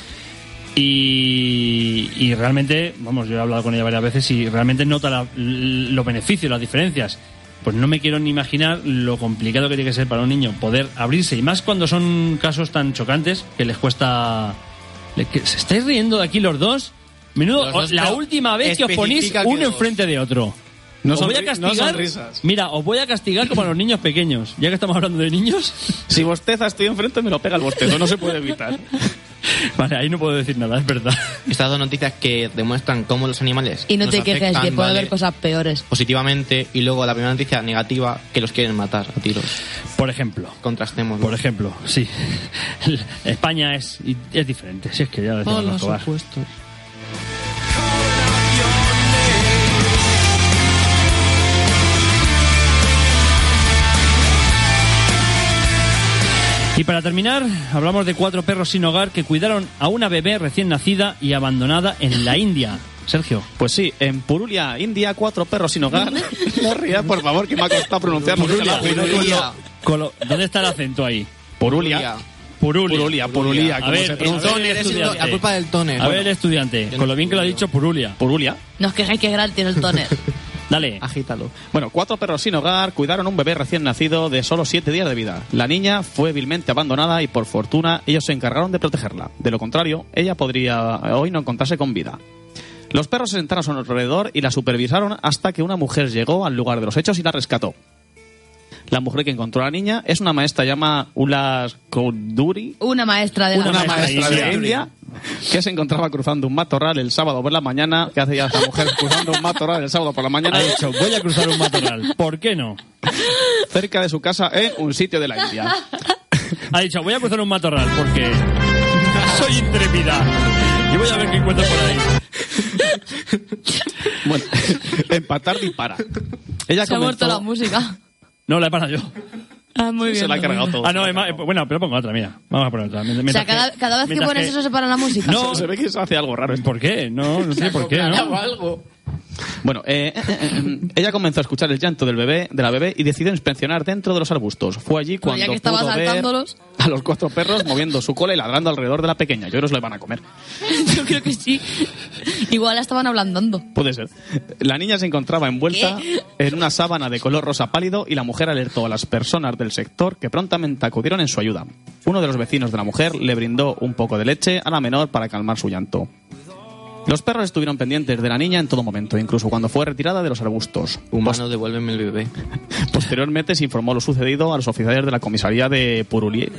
y, y realmente vamos yo he hablado con ella varias veces y realmente nota la- los beneficios las diferencias pues no me quiero ni imaginar lo complicado que tiene que ser para un niño poder abrirse y más cuando son casos tan chocantes que les cuesta le- que- se estáis riendo de aquí los dos menudo
Los dos,
la
pero
última vez que os ponéis
especifica que
uno
dos.
enfrente de otro
No
os
son
voy a
ri- no
castigar.
son risas.
Mira, os voy a castigar como a los niños pequeños. Ya que estamos hablando de niños.
Si bostezas, estoy enfrente, me lo pega el bostezo, no se puede evitar.
Vale, ahí no puedo decir nada, es verdad.
Estas dos noticias que demuestran cómo los animales.
Y no
nos
te quejes, que
afectan,
puede
¿vale?
haber cosas peores.
Positivamente, y luego la primera noticia negativa, que los quieren matar a tiros.
Por ejemplo.
Contrastemos.
Por ejemplo, sí. España es, y es diferente, si es que ya lo decimos
Hola,
los cobar.
supuesto.
Y para terminar, hablamos de cuatro perros sin hogar que cuidaron a una bebé recién nacida y abandonada en la India. Sergio.
Pues sí, en Purulia, India, cuatro perros sin hogar. No rías, por favor, que me ha costado pronunciarlo.
Purulia, Purulia. Colo- ¿Dónde está el acento ahí?
Purulia.
Purulia.
Purulia, Purulia,
A
como
ver,
se pronuncia.
a ver,
Eres un-
estudiante.
la culpa del
Eh,
tóner.
A ver,
Bueno.
estudiante, con lo bien que lo ha dicho, Purulia.
Purulia.
No os quejáis que Gran tiene el tóner.
Dale.
Ah,
Agítalo.
Bueno, cuatro perros sin hogar cuidaron a un bebé recién nacido de solo siete días de vida. La niña fue vilmente abandonada y por fortuna ellos se encargaron de protegerla. De lo contrario, ella podría eh, hoy no encontrarse con vida. Los perros se sentaron a su alrededor y la supervisaron hasta que una mujer llegó al lugar de los hechos y la rescató. La mujer que encontró a la niña es una maestra llamada Ulas Kouduri,
Una maestra de la
una maestra
India.
de India que se encontraba cruzando un matorral el sábado por la mañana. ¿Qué hace ya esta mujer cruzando un matorral el sábado por la mañana?
Ha dicho, voy a cruzar un matorral. ¿Por qué no?
Cerca de su casa en un sitio de la India.
Ha dicho, voy a cruzar un matorral porque soy intrépida. Y voy a ver qué encuentro por ahí.
Bueno, empatar dispara. Ella
Se ha muerto la
comenzó...
música.
No, la he parado yo.
Ah, muy bien.
Se la ha
muy
cargado
bien.
todo.
Ah, no, Emma, eh, bueno, pero pongo otra, mira. Vamos a poner otra.
O
Mientras
sea, cada, cada vez que
mientras
pones eso se para la música.
No, se ve que se hace algo raro.
¿Por qué? No, no sé por qué, ¿no?
algo.
Bueno, eh, ella comenzó a escuchar el llanto del bebé, de la bebé y decidió inspeccionar dentro de los arbustos. Fue allí
Pero ya
cuando
que estaba
pudo ver
saltándolos.
a los cuatro perros moviendo su cola y ladrando alrededor de la pequeña. Yo creo que se la van a comer.
Yo creo que sí. Igual la estaban ablandando.
Puede ser. La niña se encontraba envuelta en una sábana de color rosa pálido y la mujer alertó a las personas del sector que prontamente acudieron en su ayuda. Uno de los vecinos de la mujer le brindó un poco de leche a la menor para calmar su llanto. Los perros estuvieron pendientes de la niña en todo momento, incluso cuando fue retirada de los arbustos.
Humano, devuélveme el bebé.
Posteriormente se informó lo sucedido a los oficiales de la comisaría de Purulie,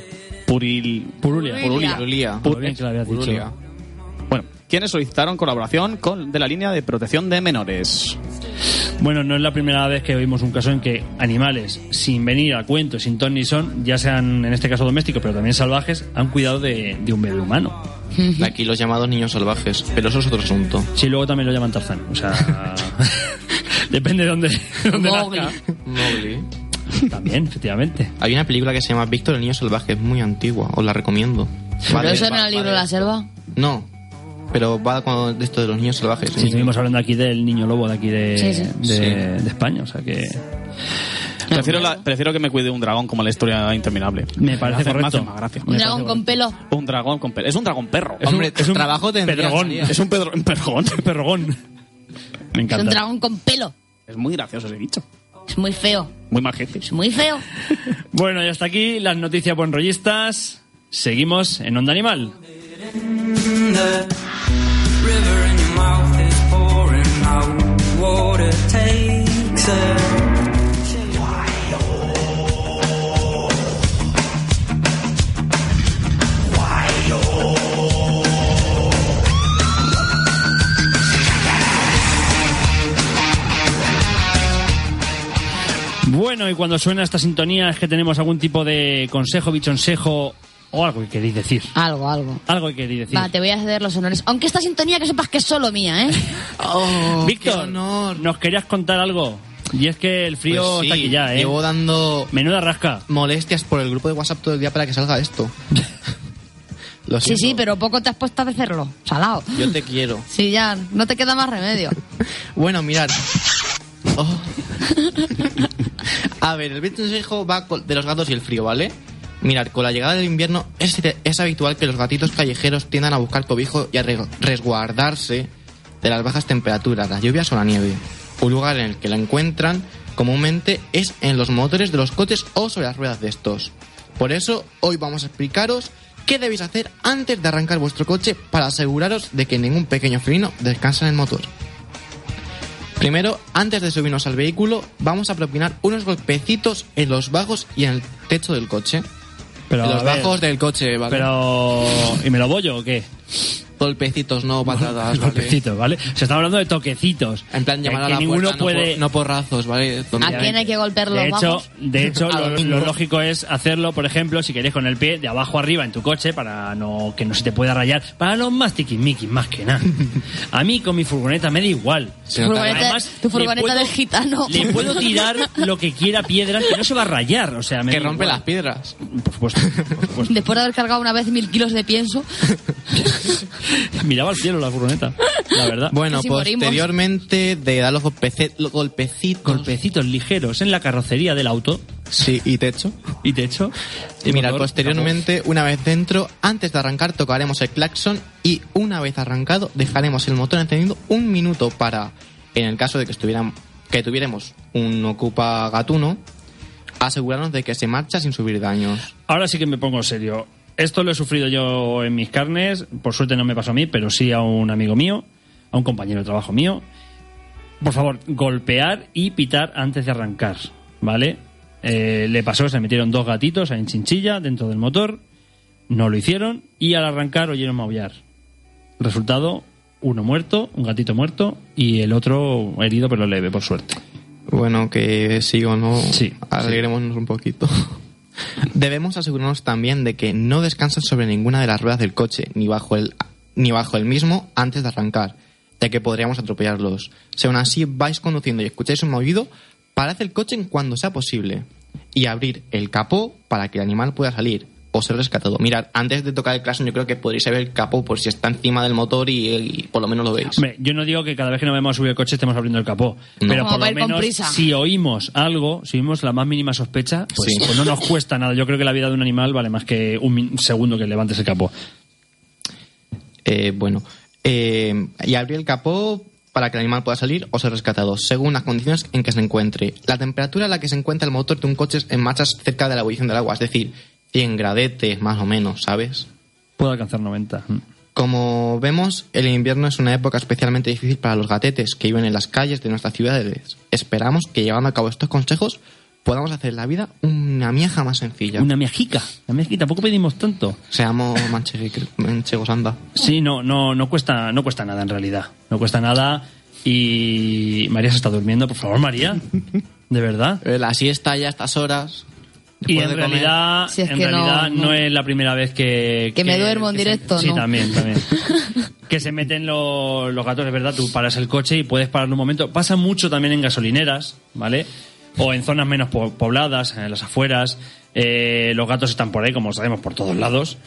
Puril,
Purulia.
Purulia.
Purulia.
Por bien que lo habías dicho.
Purulia.
Bueno, quienes solicitaron colaboración con, de la línea de protección de menores.
Bueno, no es la primera vez que oímos un caso en que animales, sin venir a cuento, sin ton ni son, ya sean en este caso domésticos, pero también salvajes, han cuidado de, de un bebé humano.
De Aquí los llamados niños salvajes. Pero eso es otro asunto.
Sí, luego también lo llaman Tarzán. O sea, depende de dónde, dónde
Mowgli.
nazca.
Mowgli.
También, efectivamente.
Hay una película que se llama Víctor el niño salvaje. Es muy antigua. Os la recomiendo. Va
Pero
de-
eso en
va-
el libro
va de-
La Selva.
No. Pero va con de esto de los niños salvajes.
Si estuvimos hablando aquí del niño lobo de aquí de,
Sí, sí.
de-
Sí.
de España, o sea que
Prefiero, la- prefiero que me cuide un dragón como la historia interminable.
me parece
hace- me hace
correcto.
más gracia.
Un
Me
dragón
parece
con pelo.
correcto. Un dragón con perro. Es un dragón perro.
Hombre,
es un
trabajo tendría,
pedregón.
sería.
Es un, pedro- un perrón.
Perrogón. Me
Es un
encanta.
dragón con pelo.
Es muy gracioso ese bicho.
Es muy feo.
Muy majete.
Es muy feo.
Bueno, y hasta aquí las noticias buenrollistas. Seguimos en Onda Animal.
river in your mouth is pouring out. Water takes a
Bueno, y cuando suena esta sintonía es que tenemos algún tipo de consejo, bichonsejo o algo que queréis decir.
Algo, algo.
Algo que queréis decir.
Va, te voy a ceder los honores. Aunque esta sintonía que sepas que es solo mía, ¿eh?
Oh, qué
Víctor,
honor.
nos querías contar algo. Y es que el frío
Pues sí,
está aquí ya, ¿eh?
Llevo dando
Menuda rasca.
molestias por el grupo de WhatsApp todo el día para que salga esto. Lo
Sí,
siento.
sí, pero poco te has puesto a hacerlo. Salado.
Yo te quiero.
Sí, ya, no te queda más remedio.
Bueno, mirad. Oh. A ver, el viento consejo va col- de los gatos y el frío, ¿vale? Mirad, con la llegada del invierno es, eh, es habitual que los gatitos callejeros tiendan a buscar cobijo y a re- resguardarse de las bajas temperaturas, las lluvias o la nieve. Un lugar en el que la encuentran comúnmente es en los motores de los coches o sobre las ruedas de estos. Por eso, hoy vamos a explicaros qué debéis hacer antes de arrancar vuestro coche para aseguraros de que ningún pequeño felino descansa en el motor. Primero, antes de subirnos al vehículo, vamos a propinar unos golpecitos en los bajos y en el techo del coche.
Pero,
en
a
los
ver,
bajos del coche, ¿vale?
Pero. ¿Y me lo bollo o qué?
Golpecitos, no patadas. Ah, ¿vale?
Golpecitos, ¿vale? Se está hablando de toquecitos.
En plan, llamar
Eh,
a
que
la
ninguno
puerta, no
puede- Ah,
por- no porrazos, ¿vale?
¿A quién hay que golpear los
De hecho,
bajos?
de hecho
A
lo,
domingo.
lo lógico es hacerlo, por ejemplo, si queréis con el pie de abajo arriba en tu coche para no que no se te pueda rayar. Para los más tiquismiquis, más que nada. A mí con mi furgoneta me da igual.
Tu furgoneta,
Además,
tu
le
furgoneta
puedo-
de gitano.
Le puedo tirar lo que quiera piedras que no se va a rayar. O sea, me
Que
da
rompe
igual.
las piedras.
Por supuesto.
Después de haber cargado una vez mil kilos de pienso,
Miraba al cielo la furgoneta. La verdad.
Bueno,
Y si morimos.
posteriormente de dar los golpece- los golpecitos.
Golpecitos ligeros en la carrocería del auto
Sí, y techo.
y techo.
Y mira,
motor,
posteriormente, una vez dentro, antes de arrancar tocaremos el claxon y una vez arrancado dejaremos el motor encendido un minuto para, en el caso de que, estuvieran, que tuviéramos un ocupa gatuno, asegurarnos de que se marcha sin subir daños.
Ahora sí que me pongo serio. Esto lo he sufrido yo en mis carnes. Por suerte no me pasó a mí, pero sí a un amigo mío, a un compañero de trabajo mío. Por favor, golpear y pitar antes de arrancar, ¿vale? Eh, le pasó, se metieron dos gatitos en chinchilla dentro del motor, no lo hicieron y al arrancar oyeron maullar. Resultado, uno muerto, un gatito muerto y el otro herido pero leve, por suerte.
Bueno, que sí o no,
Sí,
alegrémonos un poquito. Debemos asegurarnos también de que no descansan sobre ninguna de las ruedas del coche, ni bajo el, ni bajo el mismo antes de arrancar, ya que podríamos atropellarlos. Si aún así vais conduciendo y escucháis un movido, parad el coche en cuando sea posible y abrir el capó para que el animal pueda salir o ser rescatado. Mirad, antes de tocar el claxon yo creo que podréis ver el capó por si está encima del motor y, y por lo menos lo veis.
Hombre, yo no digo que cada vez que nos vemos a subir el coche estemos abriendo el capó, pero
No,
por
va
lo
a ir con
menos
prisa.
si oímos algo, si oímos la más mínima sospecha, pues,
Sí.
pues no nos cuesta nada. Yo creo que la vida de un animal vale más que un min- segundo que levantes el capó.
Eh, bueno, eh, y abrir el capó para que el animal pueda salir o ser rescatado, según las condiciones en que se encuentre. La temperatura a la que se encuentra el motor de un coche es en marchas cerca de la ebullición del agua, es decir, 100 gradetes más o menos, ¿sabes?
Puede alcanzar Mm. 90.
Como vemos, el invierno es una época especialmente difícil para los gatetes que viven en las calles de nuestras ciudades. Esperamos que llevando a cabo estos consejos podamos hacer la vida una mieja más sencilla.
Una mejica, una mejica, tampoco pedimos tanto.
Seamos manche- manchegos, anda.
Sí, no, no, no cuesta, no cuesta nada en realidad. No cuesta nada. Y María se está durmiendo, por favor, María. De verdad.
Eh, La siesta ya a estas horas.
Y
después
en
de comer.
realidad,
Si es
en
que no-
realidad no,
no-
es la primera vez que...
Que me duermo en
que se-
directo,
Sí,
¿no?
también, también. que se meten lo- los gatos, es verdad, tú paras el coche y puedes parar un momento. Pasa mucho también en gasolineras, ¿vale? O en zonas menos po- pobladas, en las afueras. Eh, los gatos están por ahí, como sabemos, por todos lados.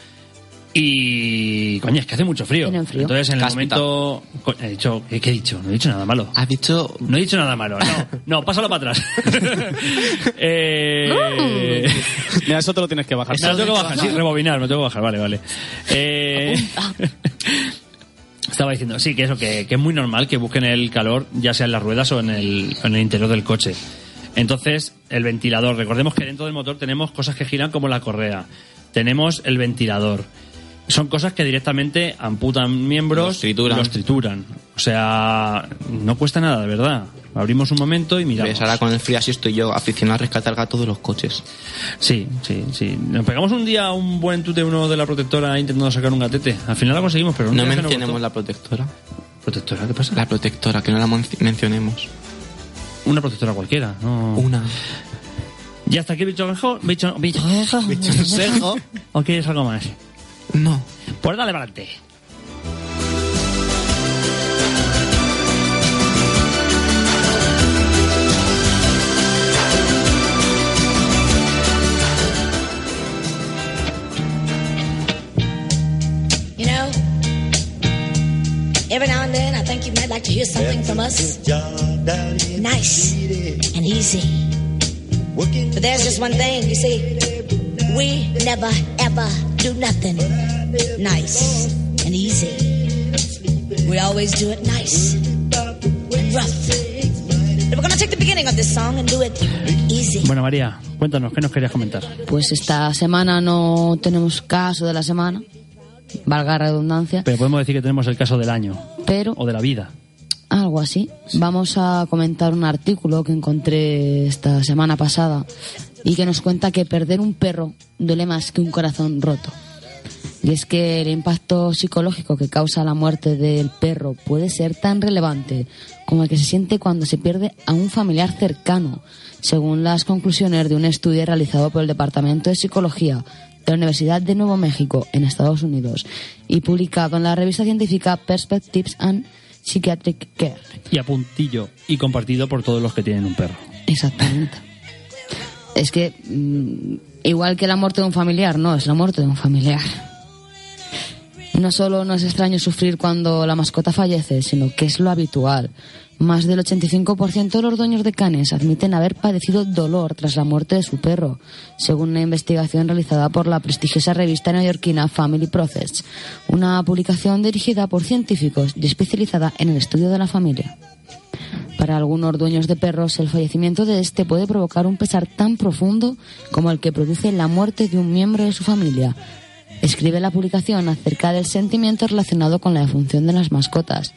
Y... Coño, es que hace mucho frío.
Tienen frío.
Entonces, en el
Cáspita.
momento... co- He dicho, ¿qué, qué he dicho? No he dicho nada malo.
Has dicho
No he dicho nada malo. No, no pásalo para atrás. eh...
Mira, eso te lo tienes que bajar.
Me lo tengo que bajar, sí, rebobinar, me lo tengo que bajar, vale, vale. Eh, estaba diciendo, sí, que eso, que, que es muy normal que busquen el calor, ya sea en las ruedas o en el, en el interior del coche. Entonces, el ventilador. Recordemos que dentro del motor tenemos cosas que giran como la correa. Tenemos el ventilador. Son cosas que directamente amputan miembros.
Los trituran.
Los trituran. O sea, no cuesta nada, de verdad. Abrimos un momento y miramos.
¿Ves? Ahora con el frío así estoy yo aficionado a rescatar gatos de los coches.
Sí, sí, sí. Nos pegamos un día un buen tute uno de la protectora intentando sacar un gatete. Al final lo conseguimos, pero un
No
día que nos
mencionemos
gustó.
la protectora.
protectora. ¿Qué pasa?
La protectora, que no la men- mencionemos.
Una protectora cualquiera. No.
Una.
Ya hasta aquí bicho gajo, bicho, bicho,
consejo?
¿O quieres algo más?
No.
Pues dale para adelante.
You know,
Every now and then, I think you might like to hear something from us. Nice and easy. But there's just one thing, you see. We never ever Uh, do nothing nice and easy. We always do it nice and rough. But we're gonna take the beginning of this song and do it easy.
Bueno, María, cuéntanos, ¿qué nos querías comentar?
Pues esta semana no tenemos caso de la semana, valga la redundancia,
Pero podemos decir que tenemos el caso del año.
Pero-
O de la vida.
algo así. Vamos a comentar un artículo que encontré esta semana pasada y que nos cuenta que perder un perro duele más que un corazón roto. Y es que el impacto psicológico que causa la muerte del perro puede ser tan relevante como el que se siente cuando se pierde a un familiar cercano, según las conclusiones de un estudio realizado por el Departamento de Psicología de la Universidad de Nuevo México en Estados Unidos y publicado en la revista científica Perspectives and Psychiatric Care.
Y a puntillo. Y compartido por todos los que tienen un perro.
Exactamente. Es que mm, igual que la muerte de un familiar, no, es la muerte de un familiar. No solo no es extraño sufrir cuando la mascota fallece, sino que es lo habitual. Más del 85% de los dueños de canes admiten haber padecido dolor tras la muerte de su perro, según una investigación realizada por la prestigiosa revista neoyorquina Family Process, una publicación dirigida por científicos y especializada en el estudio de la familia. Para algunos dueños de perros, el fallecimiento de este puede provocar un pesar tan profundo como el que produce la muerte de un miembro de su familia. Escribe la publicación acerca del sentimiento relacionado con la defunción de las mascotas.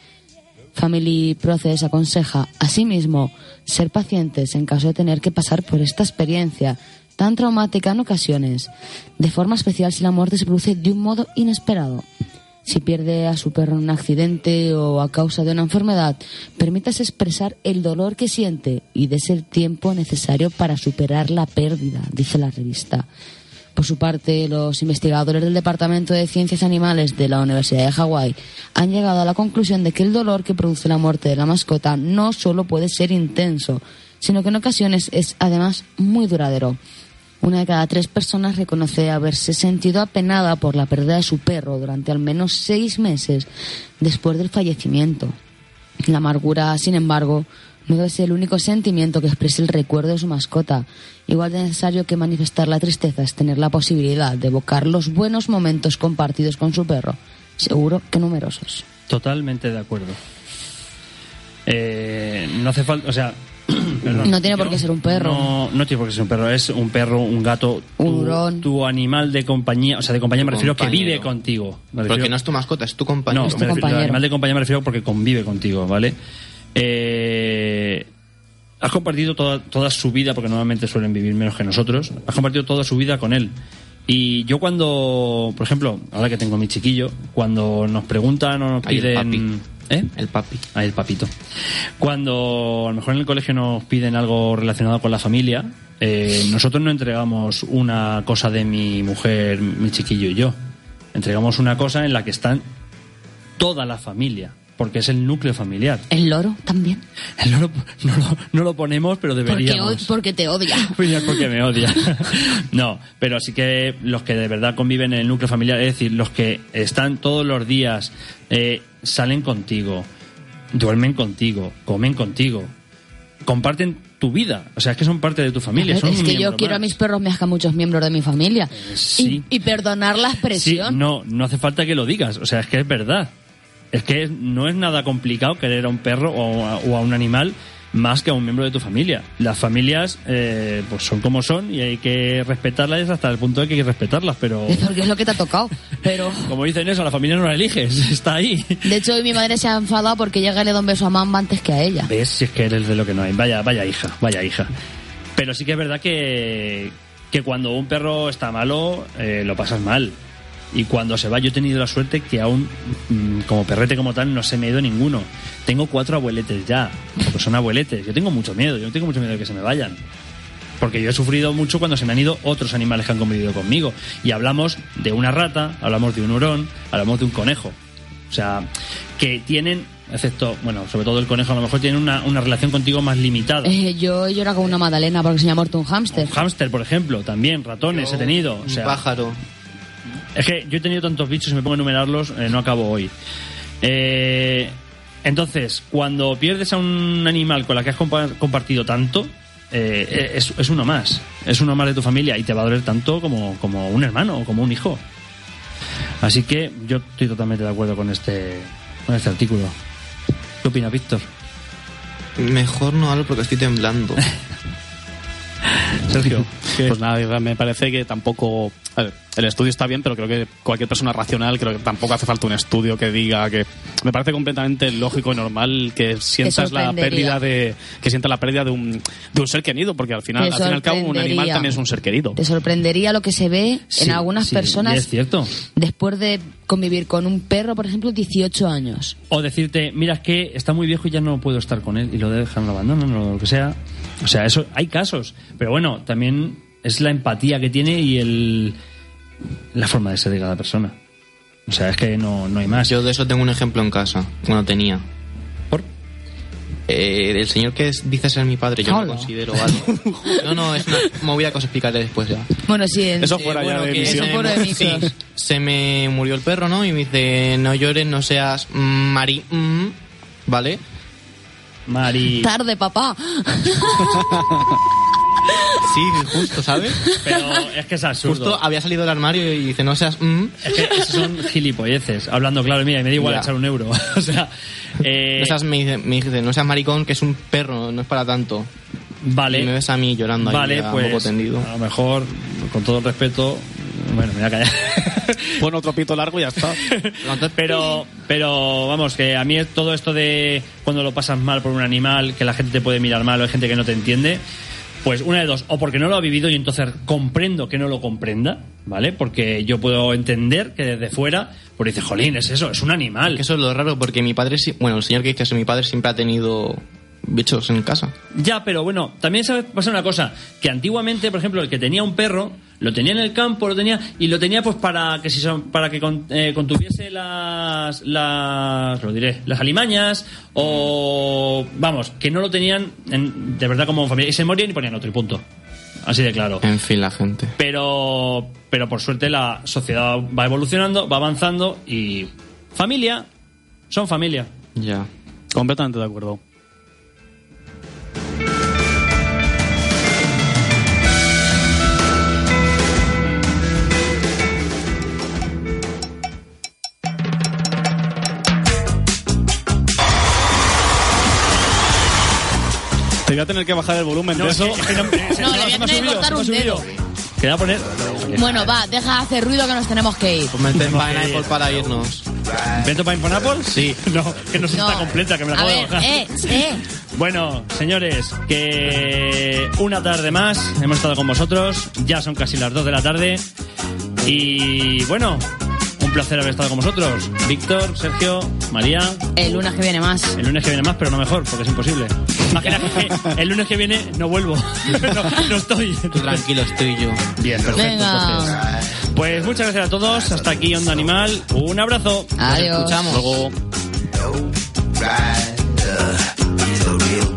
Family Process aconseja, asimismo, ser pacientes en caso de tener que pasar por esta experiencia tan traumática en ocasiones, de forma especial si la muerte se produce de un modo inesperado. Si pierde a su perro en un accidente o a causa de una enfermedad, permítase expresar el dolor que siente y des el tiempo necesario para superar la pérdida, dice la revista. Por su parte, los investigadores del Departamento de Ciencias Animales de la Universidad de Hawái han llegado a la conclusión de que el dolor que produce la muerte de la mascota no solo puede ser intenso, sino que en ocasiones es además muy duradero. Una de cada tres personas reconoce haberse sentido apenada por la pérdida de su perro durante al menos seis meses después del fallecimiento. La amargura, sin embargo, no es el único sentimiento que expresa el recuerdo de su mascota. Igual de necesario que manifestar la tristeza es tener la posibilidad de evocar los buenos momentos compartidos con su perro, seguro que numerosos.
Totalmente de acuerdo. Eh, no hace falta, o sea, perdón.
No tiene por qué ser un perro.
No, no tiene por qué ser un perro, es un perro, un gato, tu,
Un
tu animal de compañía, o sea, de compañía me
Tu
refiero que
compañero.
vive contigo. Me refiero-
Porque no es tu mascota, es tu compañero.
no, me refiero- animal de compañía me refiero porque convive contigo, ¿vale? Eh, has compartido toda, toda su vida, porque normalmente suelen vivir menos que nosotros, has compartido toda su vida con él. Y yo cuando, por ejemplo, ahora que tengo a mi chiquillo, cuando nos preguntan o nos
Ahí el
piden... ¿Eh?
El papi.
Ahí el papito. Cuando a lo mejor en el colegio nos piden algo relacionado con la familia, eh, nosotros no entregamos una cosa de mi mujer, mi chiquillo y yo. Entregamos una cosa en la que están toda la familia, porque es el núcleo familiar.
El loro también.
El loro no lo, no lo ponemos, pero
Porque,
deberíamos.
o- porque te odia.
Mira, porque me odia. No, pero sí que los que de verdad conviven en el núcleo familiar, es decir, los que están todos los días, eh, salen contigo, duermen contigo, comen contigo, comparten tu vida. O sea, es que son parte de tu familia.
A ver,
son
es
un
que yo
miembro
quiero a
más. Eh,
mis perros más que a muchos miembros de mi familia.
sí.
y, y perdonar la
Sí,
expresión.
no, no hace falta que lo digas. O sea, es que es verdad. Es que es- no es nada complicado querer a un perro o a, o a un animal más que a un miembro de tu familia. Las familias eh, pues son como son y hay que respetarlas hasta el punto de que hay que respetarlas, pero
Es porque es lo que te ha tocado. Pero
como dicen eso, la familia no la eliges, está ahí.
de hecho hoy mi madre se ha enfadado porque llega y le da un beso a Mamba antes que a ella.
¿Ves? Si es que eres de lo que no hay. Vaya, vaya hija, vaya hija. Pero sí que es verdad que, que cuando un perro está malo, eh, lo pasas mal. Y cuando se va, yo he tenido la suerte que aún, mm, como perrete como tal, no se me ha ido ninguno. Tengo cuatro abueletes ya, porque son abueletes. Yo tengo mucho miedo, yo tengo mucho miedo de que se me vayan. Porque yo he sufrido mucho cuando se me han ido otros animales que han convivido conmigo. Y hablamos de una rata, hablamos de un hurón, hablamos de un conejo. O sea, que tienen, excepto, bueno, sobre todo el conejo, a lo mejor tienen una, una relación contigo más limitada.
Eh, yo lloro con una magdalena porque se me ha muerto un hámster.
Un hámster, por ejemplo, también, ratones he tenido. O sea,
pájaro.
Es que yo he tenido tantos bichos y me pongo a enumerarlos, eh, no acabo hoy. Eh, entonces, cuando pierdes a un animal con la que has compa- compartido tanto, eh, es, es uno más. Es uno más de tu familia y te va a doler tanto como, como un hermano o como un hijo. Así que yo estoy totalmente de acuerdo con este, con este artículo. ¿Qué opina Víctor?
Mejor no hablo porque estoy temblando.
Sergio. Pues nada, me parece que tampoco. a ver, el estudio está bien, pero creo que cualquier persona racional, creo que tampoco hace falta un estudio que diga que. Me parece completamente lógico y normal que sientas la
sorprendería.
pérdida de. que sientas la pérdida de un, de un ser querido, porque al final,
Te
al fin y al cabo, un animal
sorprendería.
también es un ser querido.
Te sorprendería lo que se ve en algunas personas
cierto.
después de convivir con un perro, por ejemplo, 18 años.
O decirte, mira, es que está muy viejo y ya no puedo estar con él y lo dejan, lo abandonan o lo que sea. O sea, eso hay casos. Pero bueno, también es la empatía que tiene y el la forma de ser de cada persona. O sea, es que no, no hay más.
Yo de eso tengo un ejemplo en casa, cuando tenía. Eh,
¿Por?
el señor que es- dice ser mi padre, yo no
Hola.
considero algo. No, no, es una movida que os explicaré después ya.
Eh, Bueno, sí, en-
Eso fuera ya de emisión.
Eso fuera de
Sí.
emisión.
Se me murió el perro, ¿no? Y me dice, no llores, no seas mm, Mari... mm", ¿Vale?
Mari...
Tarde, papá.
Sí, justo, ¿sabes?
Pero es que es absurdo.
Justo había salido del armario y dice, no seas... mm".
Es que esos son gilipolleces, hablando claro, mira, y me da igual
Ya.
echar un euro. O sea, eh,
No seas- me, dice, me dice, no seas maricón, que es un perro, no es para tanto.
Vale.
Y me ves a mí llorando ahí,
vale,
ya, un
pues
poco tendido.
a lo mejor, con todo el respeto, bueno, me voy a callar.
Pon otro pito largo y ya está.
pero, pero vamos, que a mí todo esto de cuando lo pasas mal por un animal, que la gente te puede mirar mal o hay gente que no te entiende, pues una de dos, o porque no lo ha vivido y entonces comprendo que no lo comprenda, ¿vale? Porque yo puedo entender que desde fuera, pues dices, jolín, es eso, es un animal.
Que eso es lo raro, porque mi padre, sí- bueno, el señor que dice eso, mi padre siempre ha tenido bichos en casa.
Ya, pero bueno, también sabes pasa una cosa, que antiguamente, por ejemplo, el que tenía un perro, lo tenía en el campo, lo tenía y lo tenía pues para que si son- para que con- eh, contuviese las las lo diré, las alimañas o vamos, que no lo tenían en- de verdad como familia y se morían y ponían otro y punto. Así de claro.
En fin, la gente.
Pero pero por suerte la sociedad va evolucionando, va avanzando y familia son familia.
Ya.
Completamente de acuerdo. Te voy a tener que bajar el volumen de
es
eso.
que- es que no-
No, le voy a tener que cortar un dedo.
Que voy a poner.
Bueno, va, deja de hacer ruido que nos tenemos que ir.
Vente Pues en Pineapple para irnos.
¿Vento para Infonapol? Sí. No, que no se está completa, que me la
A
puedo
ver,
bajar.
eh, eh.
Bueno, señores, que una tarde más hemos estado con vosotros. Ya son casi las 2 de la tarde. Y bueno, un placer haber estado con vosotros. Víctor, Sergio, María.
El lunes que viene más.
El lunes que viene más, pero no mejor, porque es imposible. Imagina que el lunes que viene no vuelvo. No, no estoy.
Tranquilo, estoy yo.
Bien, perfecto.
Venga.
entonces. Pues muchas gracias a todos. Hasta aquí, Onda Animal. Un abrazo.
Adiós.
Nos escuchamos.
Luego.
Rider, he's a real